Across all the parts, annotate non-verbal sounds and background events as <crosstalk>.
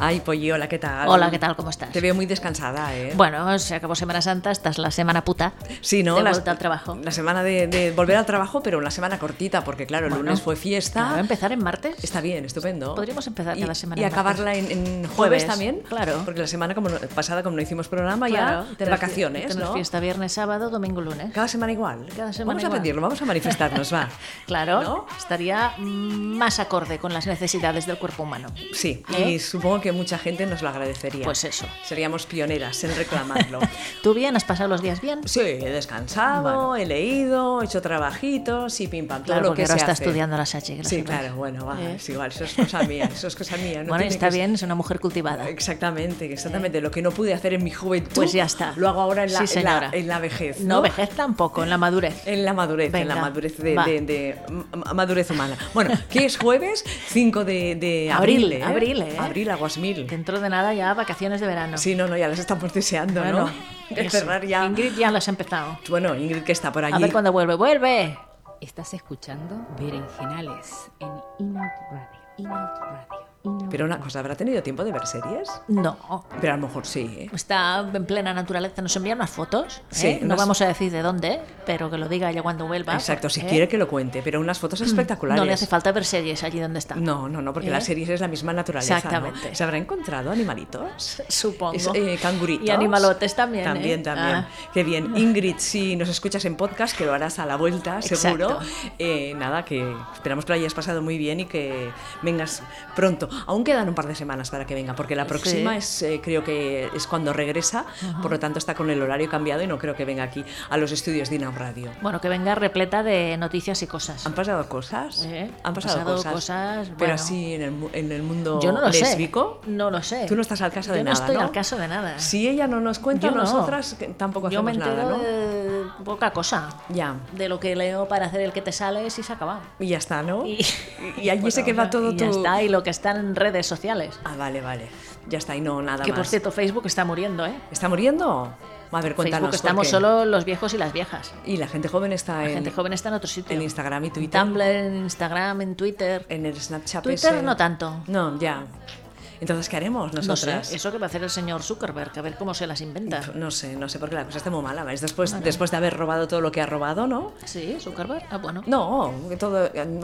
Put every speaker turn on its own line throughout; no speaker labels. Ay, Polly, hola, ¿qué tal?
Hola, ¿qué tal? ¿Cómo estás?
Te veo muy descansada, ¿eh?
Bueno, se acabó Semana Santa, esta es la semana puta.
Sí, ¿no?
De
La-
vuelta al trabajo.
La semana de, de volver al trabajo, pero una semana cortita, porque claro, el
Bueno,
lunes fue fiesta.
Claro, empezar en martes.
Está bien, estupendo.
Podríamos empezar
y,
cada semana
Y
en
acabarla en,
martes.
en jueves,
Jueves,
también.
claro.
Porque la semana como no- pasada, como no hicimos programa,
Claro,
ya
tener fie-
vacaciones,
tener
¿no?
fiesta viernes, sábado, domingo, lunes.
Cada semana igual.
Cada semana
vamos a
igual.
pedirlo, vamos a manifestarnos,
<laughs>
va.
Claro,
¿No?
estaría más acorde con las necesidades del cuerpo humano.
Sí, y
¿Eh?
supongo que mucha gente nos lo agradecería.
Pues eso.
Seríamos pioneras en reclamarlo.
¿Tú bien? ¿Has pasado los días bien?
Sí, he descansado,
Bueno.
he leído, he hecho trabajitos y pim pam,
Claro,
todo lo
porque
que
ahora
se
está
hace.
estudiando la Sachi. que lo
Sí,
sepas.
claro, bueno, va,
¿Eh?
es igual, eso es cosa mía, eso es cosa mía. no
bueno,
tiene
está
que- Eh,
bien, es una mujer cultivada.
Exactamente, exactamente. Lo que no pude hacer en mi juventud,
Pues ya está.
Lo hago ahora en la,
Sí,
en la-
señora.
en la vejez.
No, vejez tampoco, en la madurez.
En la madurez, en la
Venga,
madurez de,
va.
de- de- ma- madurez humana. Bueno, que es jueves 5 de, de abril,
Abril,
¿eh?
abril, ¿eh?
Abril, aguasmil.
Dentro de nada ya vacaciones de verano.
Sí, no, no, ya las estamos deseando,
Bueno,
¿no?
eso.
Cerrar ya.
Ingrid ya las ha empezado.
Bueno, Ingrid que está por allí.
A ver cuándo vuelve. ¡Vuelve!
Estás escuchando Berenjenales en Inout Radio. Inout Radio. Inout
Pero una cosa, ¿habrá tenido tiempo de ver series?
No.
Pero a lo mejor sí, ¿eh?
Está en plena naturaleza. Nos envían unas fotos. ¿eh?
Sí,
no
unas-
vamos a decir de dónde, pero que lo diga ella cuando vuelva.
Exacto, si
¿eh? Mm,
quiere que lo cuente, pero unas fotos espectaculares.
No le hace falta ver series allí donde está.
No, no, no, porque
¿Eh?
la serie es la misma naturaleza. ¿no?
Exactamente.
¿Se habrá encontrado animalitos?
Supongo.
Es, eh, canguritos.
Y animalotes también. ¿eh?
También, también.
Ah.
Qué bien. Ingrid, si nos escuchas en podcast, que lo harás a la vuelta, seguro.
Exacto.
Eh, nada, que esperamos que lo hayas pasado muy bien y que vengas pronto. Aún quedan un par de semanas para que venga, porque la próxima
Sí.
es, eh, creo que es cuando regresa, por lo tanto está con el horario cambiado y no creo que venga aquí a los estudios de Inam Radio.
Bueno, que venga repleta de noticias y cosas.
¿Han pasado cosas?
Eh,
¿Han pasado,
pasado
cosas?
cosas,
Pero
bueno.
así en el, mu- en el mundo
Yo no lo
lésbico.
sé. No lo sé.
Tú no estás al caso de
Yo
nada,
No estoy
¿no?
al caso de nada.
Si ella no nos cuenta,
Yo no.
nosotras que tampoco
Yo me
hacemos
entero
nada, ¿no?
de poca cosa.
Ya.
De lo que leo para hacer el que te sales y se acaba.
Y ya está, ¿no? <laughs>
Y-
y allí se
Bueno,
queda todo
y
tu...
ya está, y lo que está en redes sociales.
Ah, vale, vale. Ya está, y no nada
Que
más.
por cierto, Facebook está muriendo, ¿eh?
¿Está muriendo? A ver, cuéntanos.
Facebook estamos
porque-
solo los viejos y las viejas.
Y la gente joven está
La
en...
gente joven está en otro sitio.
en Instagram y Twitter.
En Tumblr, en Instagram, en Twitter.
En el Snapchat
Twitter
ese.
no tanto.
No, ya. Entonces, ¿qué haremos
No
nosotras?
sé, eso que va a hacer el señor Zuckerberg, a ver cómo se las inventa.
No sé, no sé, porque la cosa está muy mala. ¿ves? Después, después de haber robado todo lo que ha robado, ¿no?
Sí, Zuckerberg. Ah, bueno.
No, que todo, eh,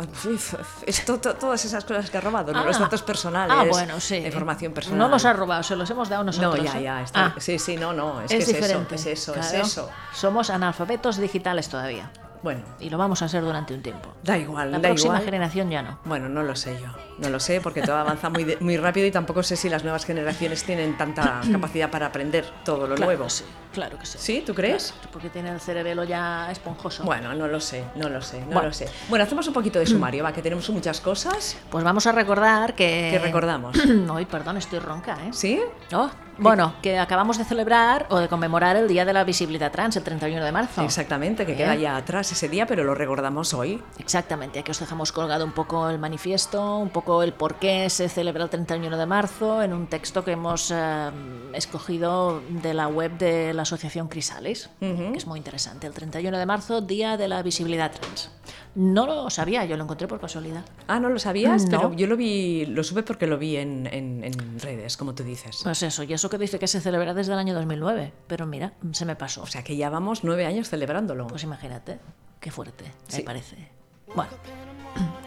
es to- to- todas esas cosas que ha robado, ¿no?
Ah.
los datos personales,
Ah, bueno, sí.
la información personal.
No los ha robado, se los hemos dado
No,
nosotros.
ya,
¿eh?
ya. está-
Ah,
Sí, sí, no, no. Es,
es,
que
diferente.
es eso, es eso,
claro.
es eso.
Somos analfabetos digitales todavía.
Bueno,
Y lo vamos a ser durante un tiempo.
da igual,
La
da
próxima
igual.
generación ya no.
Bueno, no lo sé yo. No lo sé porque todo avanza muy, de- muy rápido y tampoco sé si las nuevas generaciones tienen
<clears throat>
tanta capacidad para aprender todo lo
claro
nuevo.
que sí, claro que sí.
¿Sí? ¿Tú crees?
Claro, porque tiene el cerebelo ya esponjoso.
Bueno, no lo sé, no lo sé, no
Bueno. Mm.
lo sé. Bueno, hacemos un poquito de sumario, va, que tenemos muchas cosas
Pues vamos a recordar que...
que recordamos.
<clears throat> Ay, perdón, estoy ronca, ¿eh?
¿Sí?
Oh, bueno, que acabamos de celebrar o de conmemorar el Día de la Visibilidad Trans, el 31 de marzo.
Exactamente, que
Bien.
queda ya atrás ese día, pero lo recordamos hoy.
Exactamente, aquí os dejamos colgado un poco el manifiesto, un poco el por qué se celebra el 31 de marzo en un texto que hemos eh, escogido de la web de la Asociación Crisales, que es muy interesante. El 31 de marzo, Día de la Visibilidad Trans. No lo sabía, yo lo encontré por casualidad.
Ah, ¿no lo sabías?
Mm, No.
Pero yo lo vi, lo supe porque lo vi en, en- en redes, como tú dices.
Pues eso, y eso que dice que se celebra desde el año 2009, pero mira, se me pasó.
O sea que ya vamos nueve años celebrándolo.
Pues imagínate, qué fuerte,
Sí.
me parece. Bueno, <clears throat>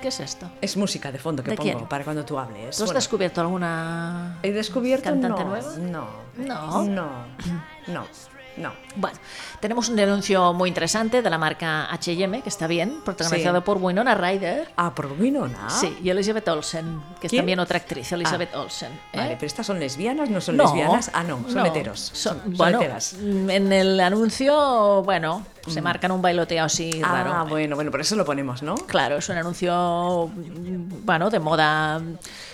¿qué es esto?
es música de fondo que
¿De
pongo
quién?
para cuando tú hables.
¿Tú has
Bueno,
descubierto alguna
¿He descubierto
cantante
no,
nueva?
No.
No.
No. No. No.
Bueno, tenemos un denuncio muy interesante de la marca H&M, que está bien, protagonizado
Sí.
por Winona Ryder.
Ah, por Winona.
Sí, ¿eh? y Elizabeth Olsen, que es
¿Quién?
también otra actriz, Elizabeth
Ah,
Olsen. ¿eh?
Vale, pero estas son lesbianas, no son
No,
lesbianas. Ah, no, son heteros.
Son,
son
bueno,
heteras.
en el anuncio, bueno, se marcan un bailoteo así raro.
Mm. Ah, bueno, bueno, por eso lo ponemos, ¿no?
Claro, es un anuncio, mm, bueno, de moda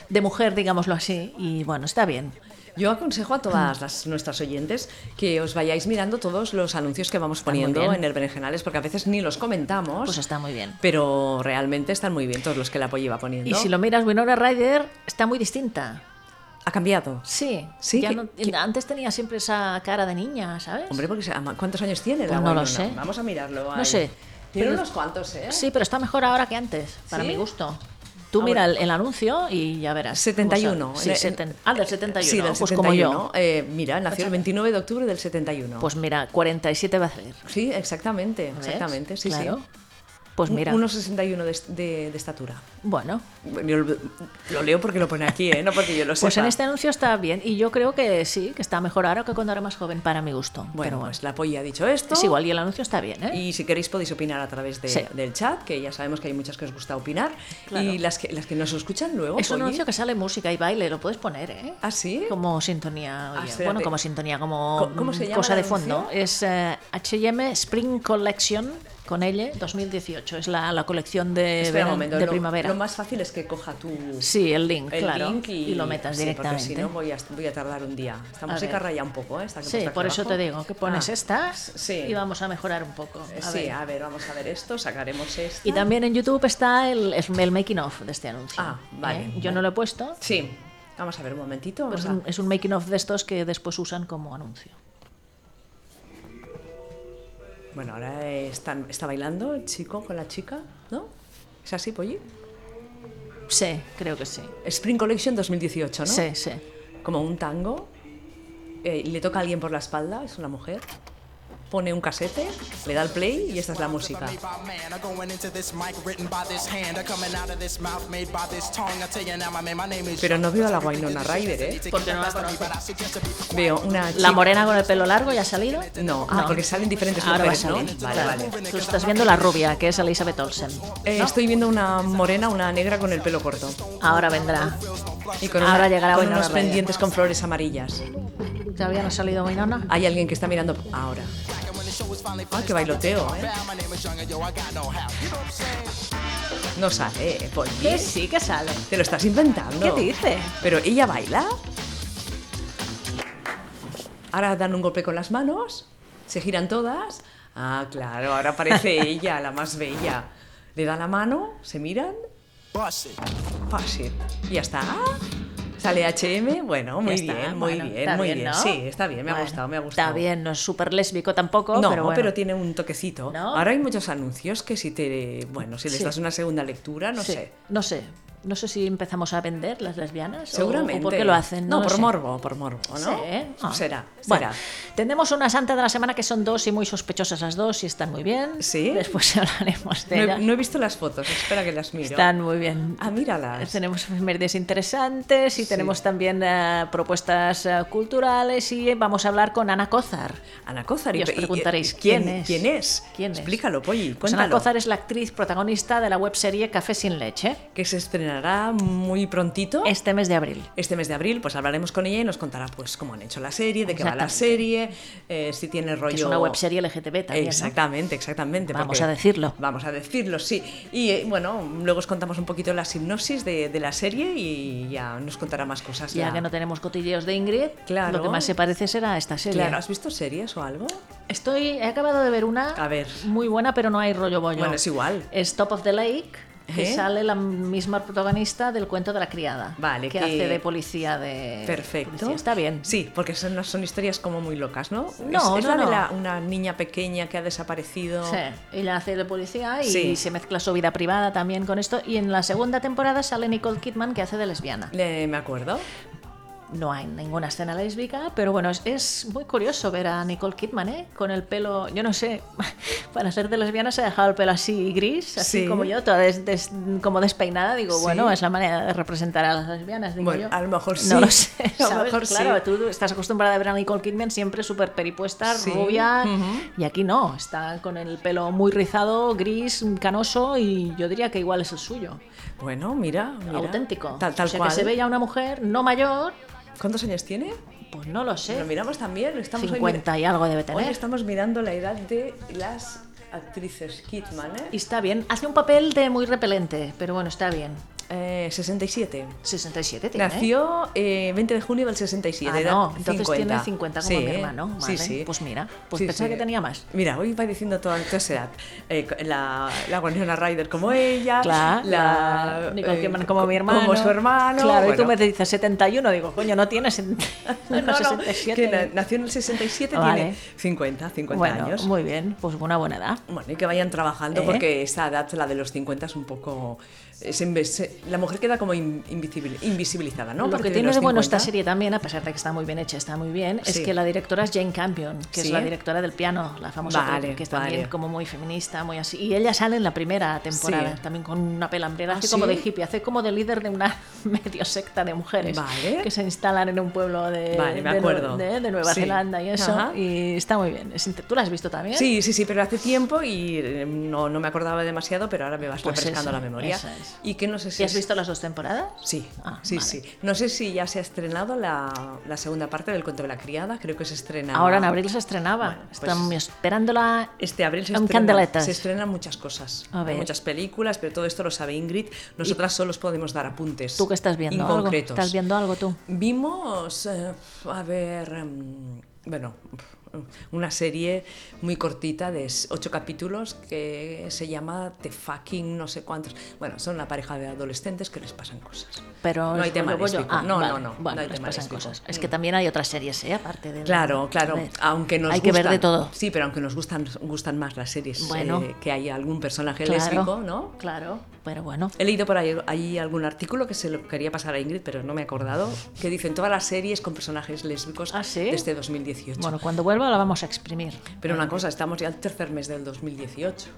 de mujer, digámoslo así, y bueno, está bien.
Yo aconsejo a todas las, nuestras oyentes que os vayáis mirando todos los anuncios que vamos
muy
poniendo
bien.
en el Berenjenales, porque a veces ni los comentamos,
Pues está muy bien.
pero realmente están muy bien todos los que la Polly va poniendo.
Y si lo miras, Winona Ryder está muy distinta.
Ha cambiado.
Sí,
Sí,
ya
que-
no-
que-
antes tenía siempre esa cara de niña, ¿sabes?
Hombre, porque se- ama- ¿cuántos años tiene la
Pues no lo
Winona?
sé.
Vamos a mirarlo.
No
ahí.
sé.
Pero
Yo-
unos cuantos, ¿eh?
Sí, pero está mejor ahora que antes, para
¿Sí? Ah,
mi gusto. Tú mira el, el anuncio y ya verás.
71.
cómo sale. Sí,
En-
seten- ah, del 71.
Sí, del
pues como yo.
71. Eh, mira, nació el 29 de octubre del 71.
Pues mira, 47 va a salir.
sí, exactamente,
¿Ves?
exactamente, sí,
claro.
sí.
Pues mira,
1,61 de, est- de- de estatura.
bueno,
Yo lo, lo leo porque lo pone aquí, ¿eh? no porque yo lo sepa.
<laughs> pues en este anuncio está bien y yo creo que sí, que está mejor ahora que cuando era más joven para mi gusto.
Bueno,
Pero bueno,
pues la polla ha dicho esto.
es igual y el anuncio está bien, ¿eh?
Y si queréis podéis opinar a través de-
Sí.
del chat, que ya sabemos que hay muchas que os gusta opinar.
Claro.
Y las que, las que nos escuchan luego.
Es un
oye.
anuncio que sale música y baile, lo puedes poner, ¿eh?
¿Ah, sí? Ah,
Como sintonía, oye,
espérate.
bueno, como sintonía, como
Co- ¿cómo se
mm,
llama
cosa
el
de fondo.
anuncio?
Es eh, H&M Spring Collection con L 2018, es la, la colección de,
Espera un
vera-
momento,
de
lo,
primavera.
Lo más fácil es que coja tu
Sí, el link,
el
claro,
link y,
lo metas
sí, porque
directamente.
si no pues, voy a, voy a tardar un día. Esta
A
música
ver.
raya un poco, ¿eh? Esta que he
Sí,
puesto aquí
por eso
abajo.
te digo que pones
Ah,
estas
sí.
y vamos a mejorar un poco.
eh,
A
sí,
ver.
a ver, vamos a ver esto, sacaremos esto.
Y también en YouTube está el, el making of de este anuncio.
Ah, vale,
Yo no
vale.
lo he puesto,
Sí, vamos a ver un momentito.
pero es
vamos
un,
a-
es un making of de estos que después usan como anuncio.
Bueno, ahora eh, están, está bailando el chico con la chica, ¿no? ¿Es así, Polly?
Sí, creo que sí.
Spring Collection 2018, ¿no?
Sí, sí.
Como un tango. eh, y le toca a alguien por la espalda, es una mujer. Pone un casete, le da el play y esta es la música.
I'm going into this mic written by this hand. I'm coming out of this mouth made by this tongue. I tell you now, my man, my name is
Pero no veo a la Wynonna Ryder, ¿eh?
Porque no la conozco.
Veo una chica...
La morena con el pelo largo ya ha salido.
No, ah, porque salen diferentes
Ahora va a
mujeres, ¿no?
salir.
Vale,
claro.
vale.
Tú estás viendo la rubia, que es Elizabeth Olsen.
Eh, Estoy viendo una morena, una negra con el pelo corto.
Ahora vendrá.
Y con, una-
Ahora llegará
con
Winona
unos
Ryder.
pendientes con flores amarillas.
¿Todavía no ha salido Winona?
Hay alguien que está mirando ahora. Ah, qué bailoteo, ¿eh? No sale, eh, Polly.
Que sí, que sale.
Te lo estás inventando.
¿Qué dice?
Pero ella baila. Ahora dan un golpe con las manos, se giran todas. Ah, claro, ahora
<laughs>
aparece ella, la más bella. Le da la mano, se miran, fácil. Y ya está. Sale HM, bueno, muy
Ya está,
bien, muy
bueno,
bien,
está
muy
bien,
bien.
¿no?
Sí, está bien, me ha
Bueno,
gustado, me ha gustado.
Está bien, no es súper lésbico tampoco,
No,
pero
pero,
bueno.
tiene un toquecito.
¿No?
Ahora hay muchos anuncios que si te, bueno, si les
Sí.
das una segunda lectura, no
Sí,
sé.
No sé. No sé si empezamos a vender las lesbianas o-
Seguramente.
o por qué lo hacen. No,
No,
lo
por
sé.
morbo, por morbo, ¿no?
Sí, ¿eh? Ah.
Será,
Bueno,
será.
tenemos una santa de la semana que son dos y muy sospechosas las dos y están muy bien.
¿Sí?
Después <laughs> hablaremos de
No he-
ellas.
no, he, visto las fotos, espera que las miro.
Están muy bien.
Ah, míralas.
Tenemos efemérides interesantes y tenemos también eh, propuestas eh, culturales y vamos a hablar con Ana Cozar.
Ana Cózar.
Y os
pe-
preguntaréis,
y-
¿quién es?
¿Quién es?
¿Quién es?
Explícalo, Polly,
Pues
cuéntalo.
Ana Cozar es la actriz protagonista de la webserie Café sin leche
Que se estrenará muy prontito.
este mes de abril.
Este mes de abril pues hablaremos con ella y nos contará pues cómo han hecho la serie, de qué va la
Exactamente.
serie, eh, si tiene rollo...
Que es una webserie LGTB también. ¿no?
Exactamente, exactamente.
Vamos
porque-
a decirlo.
Vamos a decirlo, sí. Y eh, bueno, luego os contamos un poquito la hipnosis de, de la serie y ya nos contará más cosas.
Ya
la-
que no tenemos cotilleos de Ingrid,
Claro.
lo que más se parece será esta serie.
Claro, ¿has visto series o algo?
Estoy, he acabado de ver una
A ver.
muy buena, pero no hay rollo bollo.
Bueno, es igual.
Es Top of the Lake, que
¿Eh?
sale la misma protagonista del cuento de la criada.
Vale,
que,
que-
hace de policía de.
Perfecto.
policía. Eh, Está bien.
Sí, porque son, son historias como muy locas, ¿no?
No,
es, es
no,
la de
no.
la- una niña pequeña que ha desaparecido.
Sí, ella hace de policía y
Sí.
se mezcla su vida privada también con esto. Y en la segunda temporada sale Nicole Kidman, que hace de lesbiana.
Le- me acuerdo.
No hay ninguna escena lésbica, pero bueno, es, es muy curioso ver a Nicole Kidman, ¿eh? Con el pelo, yo no sé, <laughs> para ser de lesbiana se ha dejado el pelo así gris, así
Sí.
como yo, toda des- des- como despeinada. Digo,
Sí.
bueno, es la manera de representar a las lesbianas, digo
Bueno,
yo.
a lo mejor sí.
No lo sé,
<laughs>
<laughs>
A lo
¿sabes?
mejor sí.
claro, tú estás acostumbrada a ver a Nicole Kidman siempre súper peripuesta,
Sí.
rubia,
Ujú.
y aquí no, está con el pelo muy rizado, gris, canoso, y yo diría que igual es el suyo,
Bueno, mira, mira.
auténtico.
Tal, tal
o sea,
cual.
que se ve ya una mujer no mayor,
¿Cuántos años tiene?
pues no lo sé.
Lo miramos también. Estamos hoy mira-
50 y algo debe
Hoy
tener.
estamos mirando la edad de las actrices Kidman, ¿eh?
Y está bien. Hace un papel de muy repelente, pero bueno, está bien.
Eh, 67.
67 tiene.
Nació eh, 20 de junio del 67.
Ah,
edad
no, entonces
50.
tiene 50 como
Sí,
mi hermano. Vale.
Sí, sí.
Pues mira, pues
Sí,
pensaba
sí.
que tenía más.
Mira, hoy va diciendo toda, toda esa edad. Eh, co- la la Winona Ryder como ella,
Claro,
la,
Nicole
eh,
Kidman como mi
co-
hermano.
Como su hermano.
Claro, y tú
bueno.
me dices 71, digo, coño, no tienes en-
<laughs> No, no,
<laughs>
no, que
67.
na- nació en el 67,
Vale.
tiene 50, 50
bueno,
años.
muy bien, pues una buena edad.
Bueno, y que vayan trabajando
¿Eh?
porque esa edad, la de los 50, es un poco... eh, Se, enve- se- se- la mujer queda como in- invisibil- invisibilizada, ¿no? A
Lo que
partir
tiene
los
de bueno esta
50.
serie también, a pesar de que está muy bien hecha, está muy bien, es
Sí.
que la directora es Jane Campion, que es
Sí.
la directora del piano, la famosa,
Vale,
película, que es también
vale.
como muy feminista, muy así. Y ella sale en la primera temporada,
Sí.
también con una pelambrera,
¿Ah,
hace como
sí?
de hippie, hace como de líder de una <laughs> medio secta de mujeres
Vale.
que se instalan en un pueblo de,
Vale, me
de Nue-
acuerdo.
de, de Nueva
Sí.
Zelanda y eso.
Ajá.
Y está muy bien. Es inter- ¿Tú la has visto también?
Sí, sí, sí, pero hace tiempo y eh, no, no me acordaba demasiado, pero ahora me vas
Pues
refrescando
eso,
la memoria.
eso es.
Y que no sé si...
¿Y has
es-
visto las dos temporadas?
Sí,
Ah,
sí,
vale.
sí. No sé si ya se ha estrenado la, la segunda parte del cuento de la criada, creo que se estrena...
Ahora en abril se estrenaba.
Bueno, pues-
Estamos esperándola.
Este abril se
En
estrenan,
candeletas.
se estrenan muchas cosas,
A ver.
muchas películas, pero todo esto lo sabe Ingrid. Nosotras solo os podemos dar apuntes.
¿Tú qué estás viendo? ¿Algo?
inconcretos.
¿Estás viendo algo tú?
Vimos, eh, a ver, em, bueno, una serie muy cortita de s- ocho capítulos que se llama The Fucking no sé cuántos. Bueno, son una pareja de adolescentes que les pasan cosas.
Pero
no hay
es
tema
rollo-
lésbico.
ah,
no,
vale.
no, no,
Bueno,
no hay
les
tema
pasan
lésbico.
cosas. Es que también hay otras series, ¿eh? Aparte de.
Claro, claro.
A ver,
Aunque nos
Hay que
gustan,
ver de todo.
Sí, pero aunque nos gustan, gustan más las series
Bueno.
eh, que hay algún personaje
Claro,
lésbico, ¿no?
Claro, pero bueno.
He leído por ahí, ahí algún artículo que se lo quería pasar a Ingrid, pero no me he acordado, que dicen todas las series con personajes lésbicos
¿Ah, sí?
desde 2018.
Bueno, cuando vuelva la vamos a exprimir.
pero una cosa, estamos ya al tercer mes del 2018,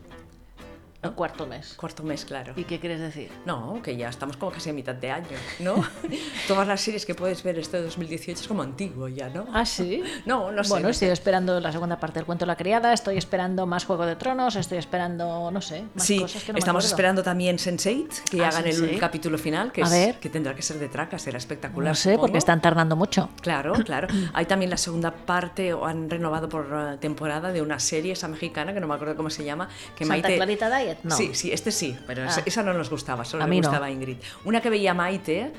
El cuarto mes.
cuarto mes, claro.
¿Y qué quieres decir?
No, que ya estamos como casi a mitad de año, ¿no? <laughs> todas las series que puedes ver este 2018 es como antiguo ya, ¿no?
¿Ah, sí?
No, no sé.
Bueno,
no
estoy
sé.
esperando la segunda parte del cuento de la criada, estoy esperando más Juego de Tronos, estoy esperando, no sé, más
Sí,
cosas que no me
estamos
acuerdo.
esperando también Sense8, que
Ah,
hagan
Sense8.
el capítulo final, que,
A
es-
ver.
que tendrá que ser de traca, será espectacular.
No sé, porque
supongo.
están tardando mucho.
Claro, claro. Hay también la segunda parte, o han renovado por eh, temporada, de una serie, esa mexicana, que no me acuerdo cómo se llama. Que
¿Santa
Maite...
Clarita Diet? No.
Sí, sí, este sí, pero
Ah.
esa, esa no nos gustaba, solo
A
le
mí no.
gustaba a Ingrid. Una que veía Maite,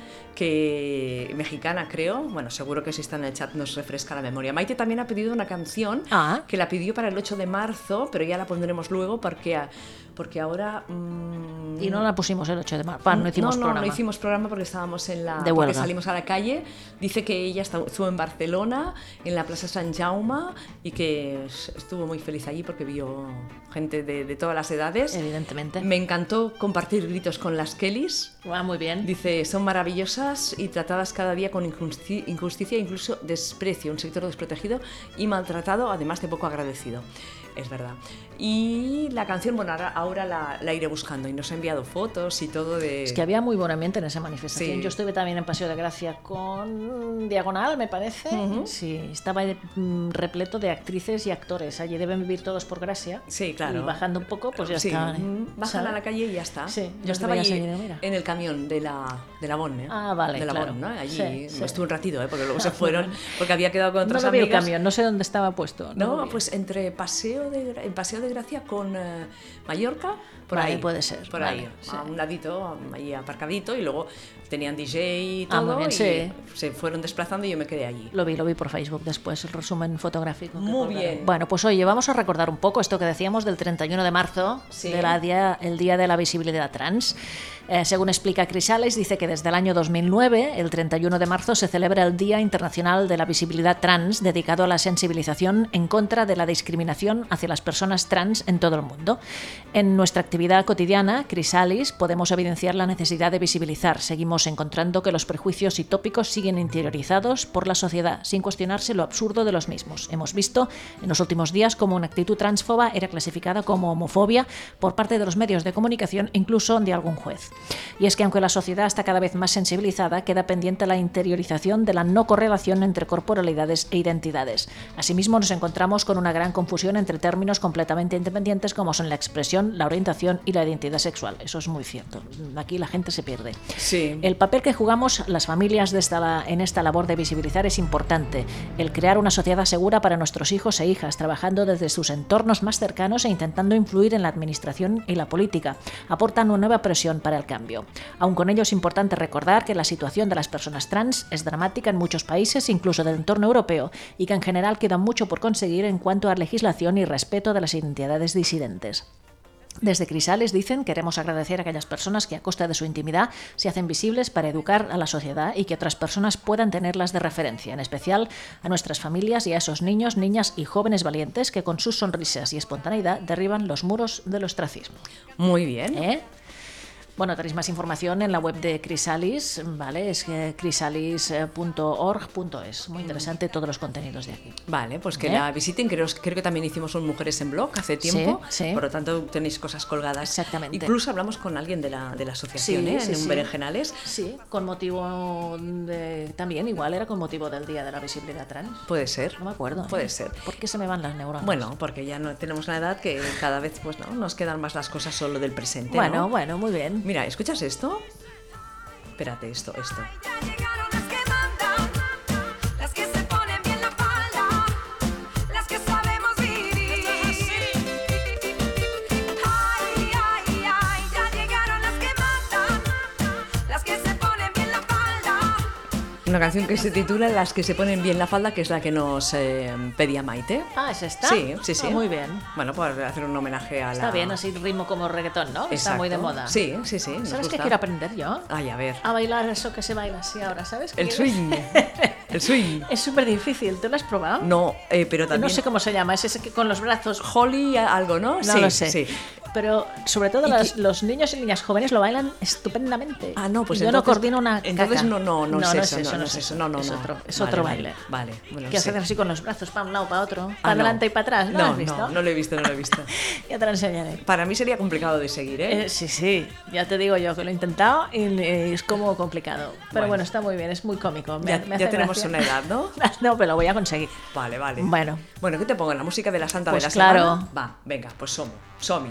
que mexicana creo, bueno, seguro que si está en el chat nos refresca la memoria. Maite también ha pedido una canción
Ah.
que la pidió para el 8 de marzo, pero ya la pondremos luego porque, a- porque ahora... mm,
Y no la pusimos el 8 de marzo. Bueno, no hicimos
no, no,
programa.
no hicimos programa porque estábamos en la
De
porque
huelga.
salimos a la calle. Dice que ella esta- estuvo en Barcelona, en la Plaza San Jaume y que es- estuvo muy feliz allí porque vio gente de, de todas las edades.
Evidentemente.
Me encantó compartir gritos con las Kellys.
Va muy bien.
Dice, son maravillosas y tratadas cada día con injusti- injusticia e incluso desprecio, un sector desprotegido y maltratado, además de poco agradecido. Es verdad. Y la canción, bueno, ahora, ahora la, la iré buscando y nos ha enviado fotos y todo de...
Es que había muy buen ambiente en esa manifestación.
Sí.
Yo estuve también en Paseo de Gracia con Diagonal, me parece. Sí, estaba mm, repleto de actrices y actores. Allí deben vivir todos por Gracia.
Sí, claro.
Y bajando un poco, pues ya
Sí,
está.
mm, Bajan a la calle y ya está.
Sí,
Yo
los
estaba
veías
allí
allí, ¿no? Mira.
en el camión de la, de la Bonn, ¿eh?
Ah, vale,
De la
claro.
Bonn, ¿no? Allí
Sí, sí.
estuve un ratito, ¿eh? Porque luego
<laughs>
se fueron, porque había quedado con
No
otras
lo vi el
amigas.
camión, no sé dónde estaba puesto. lo
No,
vi.
pues entre Paseo de, Gra- en Paseo de Gracia con eh, Mallorca, por
Vale,
ahí.
puede ser,
Por
vale,
ahí,
sí.
a un ladito, ahí aparcadito, y luego tenían DJ y
Ah,
todo,
muy bien,
y
sí.
se fueron desplazando y yo me quedé allí.
Lo vi, lo vi por Facebook después, el resumen fotográfico. que
Muy
colgaron.
bien.
Bueno, pues oye, vamos a recordar un poco esto que decíamos del 31 de marzo,
Sí.
de la día- el Día de la Visibilidad Trans. Eh, según explica Crisales, dice que desde el año 2009, el 31 de marzo, se celebra el Día Internacional de la Visibilidad Trans, dedicado a la sensibilización en contra de la discriminación hacia las personas trans en todo el mundo. En nuestra actividad cotidiana, Crisalis, podemos evidenciar la necesidad de visibilizar. Seguimos encontrando que los prejuicios y tópicos siguen interiorizados por la sociedad, sin cuestionarse lo absurdo de los mismos. Hemos visto en los últimos días cómo una actitud transfoba era clasificada como homofobia por parte de los medios de comunicación e incluso de algún juez. Y es que aunque la sociedad está cada vez más sensibilizada, queda pendiente la interiorización de la no correlación entre corporalidades e identidades. Asimismo, nos encontramos con una gran confusión entre términos completamente independientes como son la expresión, la orientación y la identidad sexual. Eso es muy cierto. Aquí la gente se pierde.
Sí.
El papel que jugamos las familias de esta la- en esta labor de visibilizar es importante. El crear una sociedad segura para nuestros hijos e hijas, trabajando desde sus entornos más cercanos e intentando influir en la administración y la política, aportan una nueva presión para el cambio. Aun con ello es importante recordar que la situación de las personas trans es dramática en muchos países, incluso del entorno europeo, y que en general queda mucho por conseguir en cuanto a legislación y respeto de las identidades disidentes. Desde Crisales dicen queremos agradecer a aquellas personas que a costa de su intimidad se hacen visibles para educar a la sociedad y que otras personas puedan tenerlas de referencia, en especial a nuestras familias y a esos niños, niñas y jóvenes valientes que con sus sonrisas y espontaneidad derriban los muros del ostracismo.
Muy bien.
¿Eh? Bueno, tenéis más información en la web de Crisalis, ¿vale? Es eh, crisalis.org.es. Muy interesante todos los contenidos de aquí.
Vale, pues que
¿Eh?
la visiten. Creo, creo que también hicimos un Mujeres en Blog hace tiempo.
sí.
Por lo tanto, tenéis cosas colgadas.
Exactamente.
Incluso hablamos con alguien de la, de la asociación
Sí,
¿eh?
sí,
en un
sí.
Berenjenales.
Sí, con motivo de... También, igual, era con motivo del Día de la Visibilidad Trans.
Puede ser.
No me acuerdo. ¿eh?
Puede ser.
¿Por qué se me van las neuronas?
Bueno, porque ya no tenemos una edad que cada vez pues no nos quedan más las cosas solo del presente. ¿no?
bueno, bueno, muy bien.
Mira, ¿escuchas esto? Espérate, esto, esto.
Ya llegaron las que mandan, las que se ponen bien la falda, las que sabemos vivir. Ay, ay, ay, ya llegaron las que mandan, las que se ponen bien la falda.
Una canción que se titula Las que se ponen bien la falda, que es la que nos eh, pedía Maite.
Ah, ¿es esta?
Sí, sí, sí.
Ah, muy bien.
Bueno, pues hacer un homenaje a la...
Está bien, así ritmo como reggaetón, ¿no? Está muy de
Exacto.
moda.
Sí, sí, sí. nos
¿Sabes qué
gusta.
quiero aprender yo?
Ay, a ver.
A bailar eso que se baila así ahora, ¿sabes?
El
Que-
swing. El swing.
Es súper difícil, ¿tú lo has probado?
No, eh, pero también...
No sé cómo se llama, es ese que con los brazos.
Holly algo, ¿no?
No
sí,
lo sé.
Sí.
Pero sobre todo
Y
las-
que-
los niños y niñas jóvenes lo bailan estupendamente.
Ah, no, pues
Yo no
entonces-
coordino una.
Entonces
caca.
no, no, no, es
no
eso, no, no es eso. No, no,
es
no.
Otro, es
Vale,
otro
vale,
baile.
Vale, bueno,
que
sí.
haces así con los brazos para un lado, para otro, para
Ah, no.
adelante y para atrás. ¿No, lo
No,
has visto?
no, no lo he visto, no lo he
<laughs>
visto.
Ya te lo enseñaré.
Para mí sería complicado de seguir, ¿eh?
Eh, sí, sí, ya te digo yo que lo he intentado y eh, es como complicado. Pero
Bueno.
bueno, está muy bien, es muy cómico. me-
Ya-
me hace
ya tenemos
gracia.
una edad, ¿no?
<laughs> no, pero lo voy a conseguir.
Vale, vale.
Bueno.
Bueno, ¿qué te pongo? ¿La música de la Santa
Pues
de la
claro.
Semana? Va, venga, pues Somo. Somi.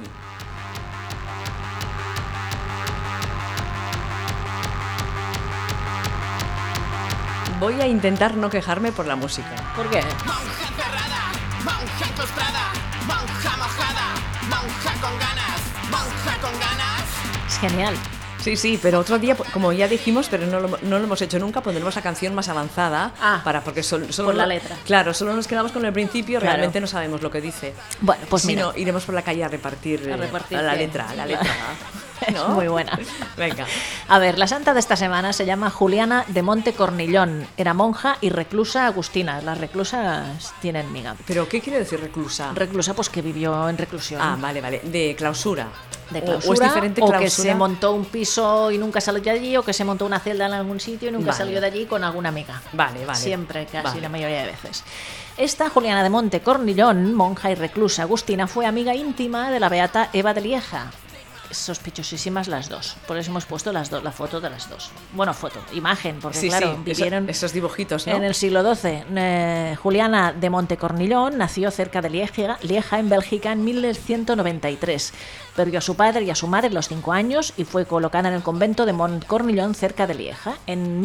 Voy a intentar no quejarme por la música.
¿Por qué?
Monja cerrada, monja postrada, monja mojada, monja con ganas, monja con ganas.
Es genial.
Sí, sí, pero otro día, como ya dijimos, pero no lo, no lo hemos hecho nunca, pondremos la canción más avanzada.
Ah,
para, porque sol- solo
por la
no-
letra.
Claro, solo nos quedamos con el principio,
Claro.
realmente no sabemos lo que dice.
Bueno, pues
si
mira.
no, iremos por la calle a repartir,
A
eh,
repartir
la
qué.
letra, la letra.
<laughs> Es
¿no?
muy buena.
Venga.
A ver, la santa de esta semana se llama Juliana de Monte Cornillón. Era monja y reclusa agustina. Las reclusas tienen miga.
¿Pero qué quiere decir reclusa?
Reclusa, pues que vivió en reclusión.
ah, vale, vale. De clausura.
de
O-
clausura,
O, es diferente
o
clausura.
que se montó un piso y nunca salió de allí, o que se montó una celda en algún sitio y nunca
Vale.
salió de allí con alguna amiga.
Vale, vale.
Siempre, casi
Vale.
la mayoría de veces. Esta Juliana de Monte Cornillón, monja y reclusa agustina, fue amiga íntima de la beata Eva de Lieja. Sospechosísimas las dos. Por eso hemos puesto las dos, la foto de las dos. Bueno, foto, imagen, porque
Sí,
claro,
sí,
vivieron.
eso- esos dibujitos, ¿no?
En el siglo XII, eh, Juliana de Montecornillón nació cerca de Lieja, Lieja, en Bélgica, en 1193. Perdió a su padre y a su madre a los cinco años y fue colocada en el convento de Montcornillón, cerca de Lieja. En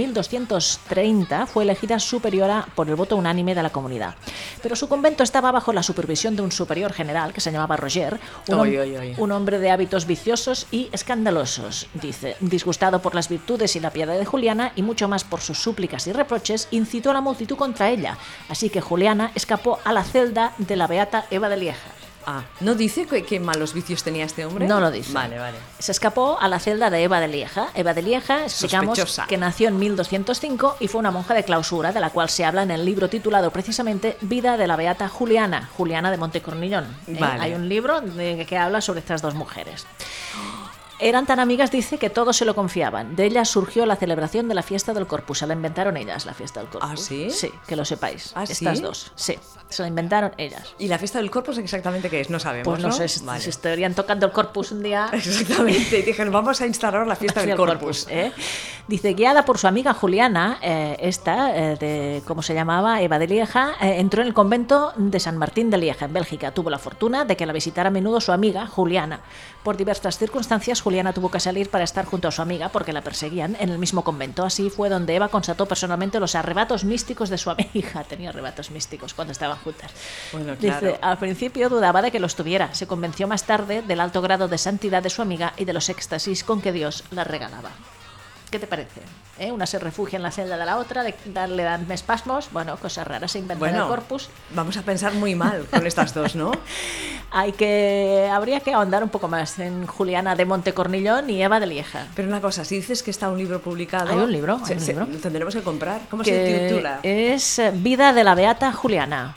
1230 fue elegida superiora por el voto unánime de la comunidad. Pero su convento estaba bajo la supervisión de un superior general que se llamaba Roger, un, hom-
Oy, oy, oy.
un hombre de hábitos viciosos y escandalosos, dice. Disgustado por las virtudes y la piedad de Juliana y mucho más por sus súplicas y reproches, incitó a la multitud contra ella. Así que Juliana escapó a la celda de la beata Eva de Lieja.
Ah, ¿no dice qué, qué malos vicios tenía este hombre?
No lo dice.
Vale, vale.
Se escapó a la celda de Eva de Lieja. Eva de Lieja, explicamos
Sospechosa.
que nació en 1205 y fue una monja de clausura, de la cual se habla en el libro titulado precisamente Vida de la Beata Juliana, Juliana de Montecornillón. ¿eh?
Vale.
Hay un libro de- que habla sobre estas dos mujeres. Eran tan amigas, dice, que todos se lo confiaban. De ellas surgió la celebración de la fiesta del Corpus. Se la inventaron ellas, la fiesta del Corpus.
¿Ah, sí?
Sí, que lo sepáis.
¿Ah, sí?
Estas dos, sí. Se la inventaron ellas.
¿Y la fiesta del corpus exactamente qué es? No sabemos,
Pues no,
¿no?
sé si,
Vale.
si estarían tocando el Corpus un día.
<laughs> Exactamente, y dijeron, vamos a instalar la fiesta
Sí,
del
el
corpus.
corpus, ¿eh? Dice, guiada por su amiga Juliana, eh, esta, eh, de, ¿cómo se llamaba? Eva de Lieja, eh, entró en el convento de San Martín de Lieja, en Bélgica. Tuvo la fortuna de que la visitara a menudo su amiga, Juliana. Por diversas circunstancias, Juliana tuvo que salir para estar junto a su amiga porque la perseguían en el mismo convento. Así fue donde Eva constató personalmente los arrebatos místicos de su amiga. <laughs> Tenía arrebatos místicos cuando estaban juntas.
Bueno, claro.
Dice, al principio dudaba de que los tuviera. Se convenció más tarde del alto grado de santidad de su amiga y de los éxtasis con que Dios la regalaba. ¿Qué te parece? ¿Eh? Una se refugia en la celda de la otra, le dan, le dan espasmos, bueno, cosas raras se inventan en
Bueno,
el corpus.
vamos a pensar muy mal con estas dos,
<laughs>
¿no?
Hay que, habría que ahondar un poco más en Juliana de Montecornillón y Eva de Lieja.
Pero una cosa, si dices que está un libro publicado...
Hay un libro, hay
se-
un
se-
libro.
lo tendremos que comprar. ¿Cómo se
que
titula?
es eh, Vida de la Beata Juliana,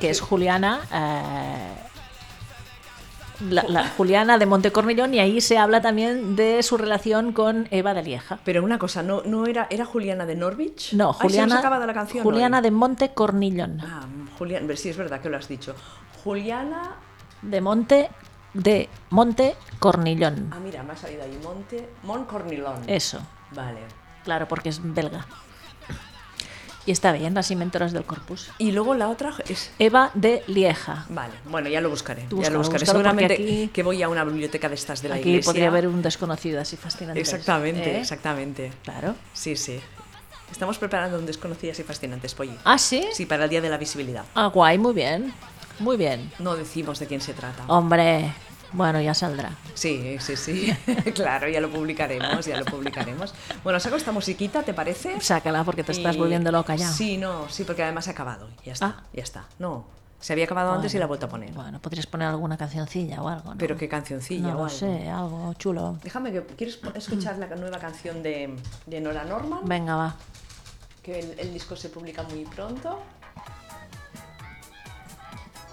que es Juliana eh, la, la Juliana de Montecornillón, y ahí se habla también de su relación con Eva de Lieja.
Pero una cosa, no, no era, era Juliana de Norwich.
No,
Ay, se nos
Juliana,
ha acabado la canción.
Juliana
hoy.
de Montecornillón.
Ah, Juliana, sí, es verdad que lo has dicho. Juliana.
De Monte, de Monte Cornillón.
Ah, mira, me ha salido ahí Monte. Montcornilón.
Eso,
Vale.
claro, porque es belga. Y está bien, las inventoras del corpus.
Y luego la otra es.
Eva de Lieja.
Vale, bueno, ya lo buscaré.
Tú
ya lo
búscalo,
buscaré.
búscalo, porque
Seguramente
aquí-
que voy a una biblioteca de estas de la
Aquí
iglesia.
podría haber un desconocido así fascinante.
Exactamente,
¿Eh?
exactamente.
Claro.
Sí, sí. Estamos preparando un desconocidas y fascinantes, Polly.
Ah, sí.
Sí, para el Día de la Visibilidad.
Ah, guay, muy bien. Muy bien.
No decimos de quién se trata.
Ah. Hombre, bueno, ya saldrá.
Sí, sí, sí. <laughs> claro, ya lo publicaremos, ya lo publicaremos. Bueno, saco esta musiquita, ¿te parece?
Sácala porque te estás
Y-
volviendo loca ya.
Sí, no, sí, porque además se ha acabado. Ya está,
Ah.
ya está. No, se había acabado antes y la he vuelto a poner.
Bueno, podrías poner alguna cancioncilla o algo, ¿no?
Pero qué cancioncilla. o
no lo
algo.
sé, algo chulo.
Déjame que. ¿Quieres po- escuchar la nueva canción de, de Nora Norman?
Venga, va.
Que el, el disco se publica muy pronto.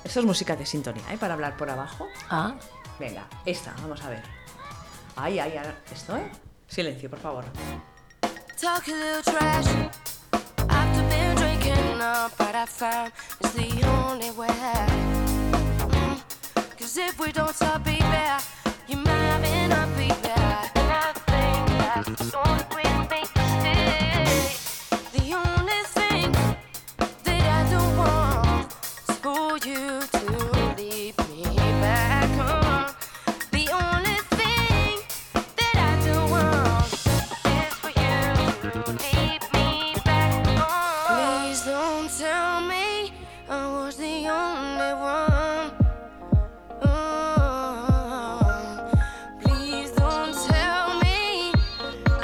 Eso es música de sintonía, ¿eh? Para hablar por abajo.
Ah,
Venga, esta, vamos a ver. Ay, ay, ay, esto, ¿eh? Silencio, por favor.
Talk a little trash. I've been drinking up, but I found it's the only way. Mm. Cause if we don't stop, baby, you might end up be there. And I think that's only will make you stay. The only thing that I don't want is for you to leave me back on. The only thing that I don't want is for you to leave me back on. Please don't tell me I was the only one. Oh. Please don't tell me I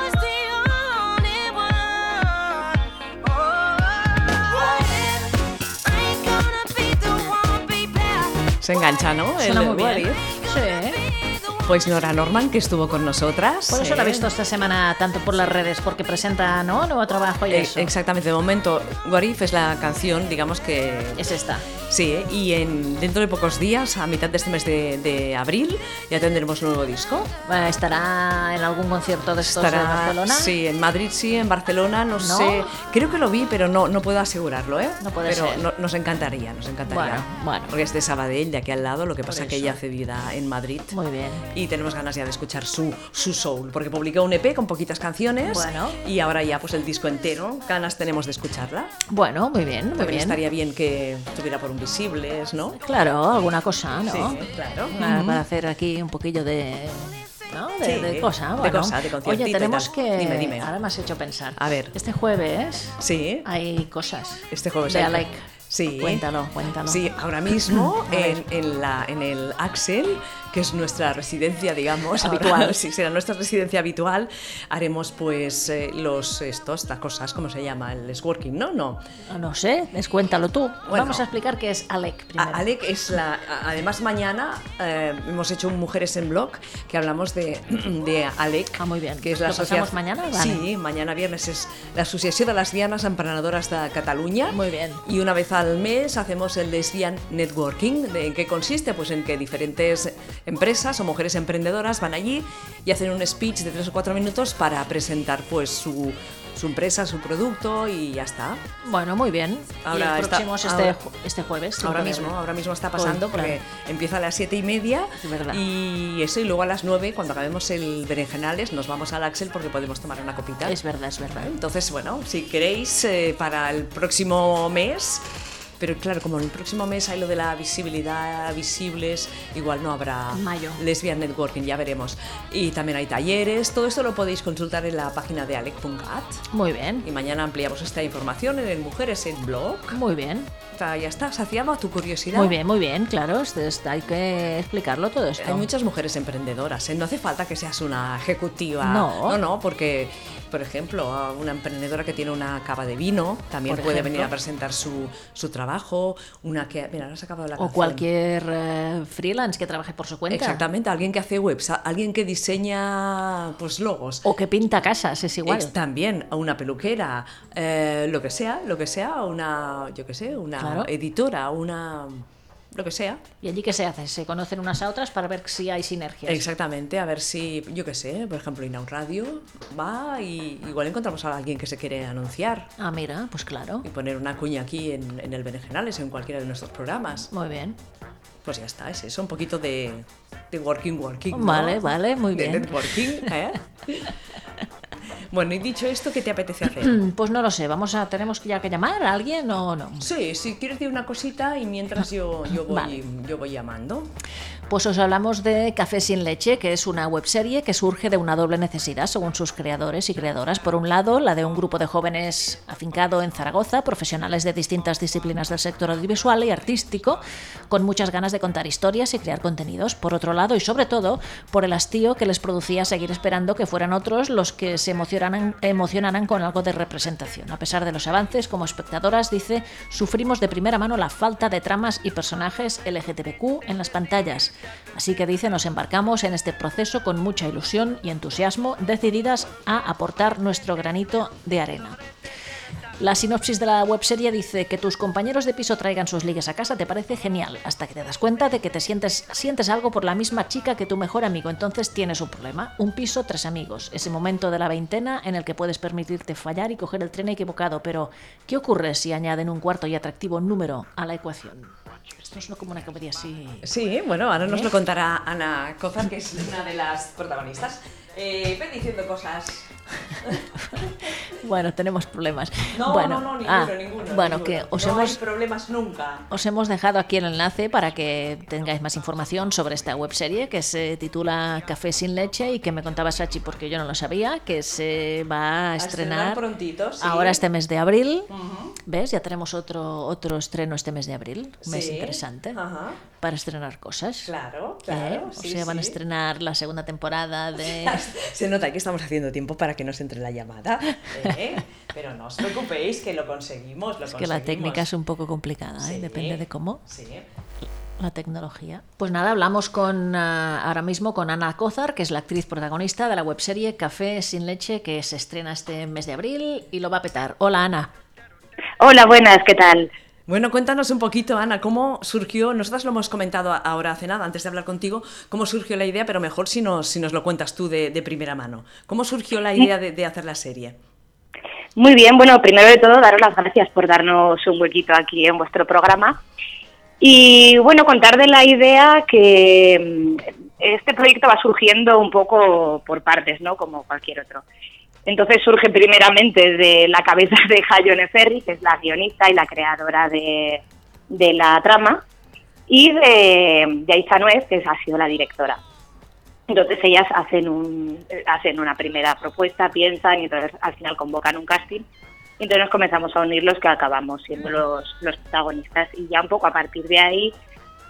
was the only one. What if I ain't gonna be the one, baby?
Se engancha, ¿no?
suena
El-
muy
What
bien.
If.
Sí, ¿eh?
Pues Nora Norman, que estuvo con nosotras.
Por eso
¿eh?
la he visto esta semana tanto por las redes, porque presenta ¿no? nuevo trabajo y
Eh,
eso.
Exactamente, de momento, What If es la canción, digamos que.
Es esta.
Sí, ¿eh? y en, dentro de pocos días, a mitad de este mes de, de abril, ya tendremos nuevo disco.
Eh, ¿Estará en algún concierto de estos de Barcelona?
Sí, en Madrid sí, en Barcelona, no, sé. Creo que lo vi, pero no, no puedo asegurarlo, ¿eh?
No puede
pero
ser.
no- nos encantaría, nos encantaría.
Bueno, bueno.
Porque es de Sabadell, de aquí al lado, lo que pasa que
eso.
ella hace vida en Madrid.
Muy bien.
Y tenemos ganas ya de escuchar su, su soul, porque publicó un EP con poquitas canciones
Bueno.
y ahora ya pues el disco entero, ganas tenemos de escucharla.
Bueno, muy bien, muy
También
bien.
estaría bien que estuviera por un visibles, ¿no?
Claro, alguna cosa, ¿no?
Sí, claro.
Para, para hacer aquí un poquillo de. ¿no? De,
Sí,
de
de
cosa, bueno.
cosa, de conciertito
Oye,
y
tenemos
tal.
que.
Dime, dime.
Ahora me has hecho pensar.
A ver.
Este jueves
Sí.
hay cosas.
Este jueves
De
hay-
Alec.
Sí. ¿eh?
Cuéntalo, cuéntalo.
Sí, ahora mismo
<clears throat> A ver.
en, en la, en el Axel, que es nuestra residencia, digamos, ahora,
Habitual.
sí, será nuestra residencia habitual, haremos pues eh, los estos, estas cosas, ¿cómo se llama? El Sworking, ¿no? No.
Ah, No sé, es cuéntalo tú. Vamos a explicar qué es Alec
A-
primero.
Alec es la. a- Además, mañana eh, hemos hecho un Mujeres en Blog que hablamos de, <clears throat> de Alec.
Ah, muy bien.
Que es la
¿Lo pasamos
asocia-
mañana? Vale.
Sí, mañana viernes es la Asociació de Lesbianes Emprenedores de Cataluña.
Muy bien.
Y una vez al mes hacemos el Lesbian Networking. ¿De- ¿En qué consiste? Pues en que diferentes empresas o mujeres emprendedoras van allí y hacen un speech de tres o cuatro minutos para presentar pues su, su empresa, su producto y ya está.
Bueno, muy bien.
Ahora
y el
está-
próximo es
ahora-
este, ju- este jueves. cinco
Ahora
de
mismo,
abril.
ahora mismo está
Hoy,
pasando porque
claro.
empieza a las siete y media
Es verdad.
y eso y luego a las 9 cuando acabemos el berenjenales nos vamos al Axel porque podemos tomar una copita.
Es verdad, es verdad.
Entonces, bueno, si queréis eh, para el próximo mes, pero claro, como en el próximo mes hay lo de la visibilidad, visibles, igual no habrá
Mayo.
lesbian networking, ya veremos. Y también hay talleres, todo esto lo podéis consultar en la página de alec.cat
Muy bien,
y mañana ampliamos esta información en el Mujeres en Blog.
muy bien.
Está- Ya está, saciado a tu curiosidad.
Muy bien, muy bien, claro. este- este- hay que explicarlo todo esto.
Hay muchas mujeres emprendedoras, ¿eh? no hace falta que seas una ejecutiva.
No.
no, no, porque, por ejemplo, a una emprendedora que tiene una cava de vino también
Por
puede
ejemplo.
venir a presentar su, su trabajo. Una que. Mira, ahora se ha acabado la
o
canción.
cualquier eh, freelance que trabaje por su cuenta.
Exactamente, alguien que hace webs, a- alguien que diseña pues logos.
O que pinta casas, es igual.
Ex- También a una peluquera, eh, lo que sea, lo que sea, una, yo qué sé, una
Claro.
editora, una lo que sea.
¿Y allí qué se hace? Se conocen unas a otras para ver si hay sinergias.
Exactamente, a ver si, yo qué sé, por ejemplo, Inaud Radio va y igual encontramos a alguien que se quiere anunciar
Ah, mira, pues claro.
y poner una cuña aquí en, en el Berenjenales, en cualquiera de nuestros programas.
Muy bien.
Pues ya está, es eso, un poquito de, de working, working. ¿no?
Vale, vale, muy
De
bien.
networking, ¿eh?
<laughs>
bueno, y dicho esto, ¿qué te apetece
<clears throat>
hacer?
Mm, Pues no lo sé, vamos a, tenemos ya que llamar a alguien o no.
Sí, si quieres decir una cosita y mientras yo, yo, voy,
Vale.
yo voy llamando.
Pues os hablamos de Café sin leche, que es una webserie que surge de una doble necesidad, según sus creadores y creadoras. Por un lado, la de un grupo de jóvenes afincado en Zaragoza, profesionales de distintas disciplinas del sector audiovisual y artístico, con muchas ganas de contar historias y crear contenidos. Por otro lado, y sobre todo, por el hastío que les producía seguir esperando que fueran otros los que se emocionaran, emocionaran con algo de representación. A pesar de los avances, como espectadoras, dice, sufrimos de primera mano la falta de tramas y personajes LGTBQ en las pantallas. Así que dice, nos embarcamos en este proceso con mucha ilusión y entusiasmo, decididas a aportar nuestro granito de arena. La sinopsis de la webserie dice que tus compañeros de piso traigan sus ligues a casa te parece genial, hasta que te das cuenta de que te sientes, sientes algo por la misma chica que tu mejor amigo, entonces tienes un problema. Un piso, tres amigos. Ese momento de la veintena en el que puedes permitirte fallar y coger el tren equivocado, pero ¿qué ocurre si añaden un cuarto y atractivo número a la ecuación? Esto es no como una comedia así.
Sí, bueno, ahora nos lo contará Ana Cozar, que es una de las protagonistas. Eh, ven diciendo cosas.
Bueno, tenemos problemas.
No, no,
bueno,
no, ninguno,
ah,
ninguno.
Bueno,
ninguno.
que os
no
hemos
hay problemas nunca.
Os hemos dejado aquí el enlace para que tengáis más información sobre esta webserie que se titula Café sin leche y que me contaba Sachi porque yo no lo sabía, que se va a
A estrenar
estrenar
prontito, sí.
ahora este mes de abril. ¿Ves? Ya tenemos otro, otro estreno este mes de abril, un mes
Sí,
interesante
ajá.
para estrenar cosas.
Claro,
¿Eh?
claro.
O
sí,
sea, van a
sí.
estrenar la segunda temporada
<laughs>
de...
Se nota que estamos haciendo tiempo para que nos entre la
<laughs>
llamada. ¿eh? Pero no os preocupéis, que lo conseguimos. Lo
Es que la técnica es un poco complicada, ¿eh?
Sí.
depende de cómo.
Sí.
La tecnología. Pues nada, hablamos con ah, ahora mismo con Ana Cozar, que es la actriz protagonista de la webserie Café sin leche, que se estrena este mes de abril y lo va a petar. Hola Ana.
Hola, buenas, ¿qué tal?
Bueno, cuéntanos un poquito, Ana, cómo surgió, nosotras lo hemos comentado a- ahora hace nada, antes de hablar contigo, cómo surgió la idea, pero mejor si nos, si nos lo cuentas tú de, de primera mano. ¿Cómo surgió la idea de, de hacer la serie?
Muy bien, bueno, primero de todo, daros las gracias por darnos un huequito aquí en vuestro programa. Y bueno, contar de la idea que mm, este proyecto va surgiendo un poco por partes, ¿no? Como cualquier otro. Entonces surge primeramente de la cabeza de Jayone Ferri, que es la guionista y la creadora de, de la trama, y de, de Aiza Nuez, que ha sido la directora. Entonces ellas hacen, un, eh, hacen una primera propuesta, piensan y entonces al final convocan un casting. Y entonces nos comenzamos a unir los que acabamos siendo los, los protagonistas. Y ya un poco a partir de ahí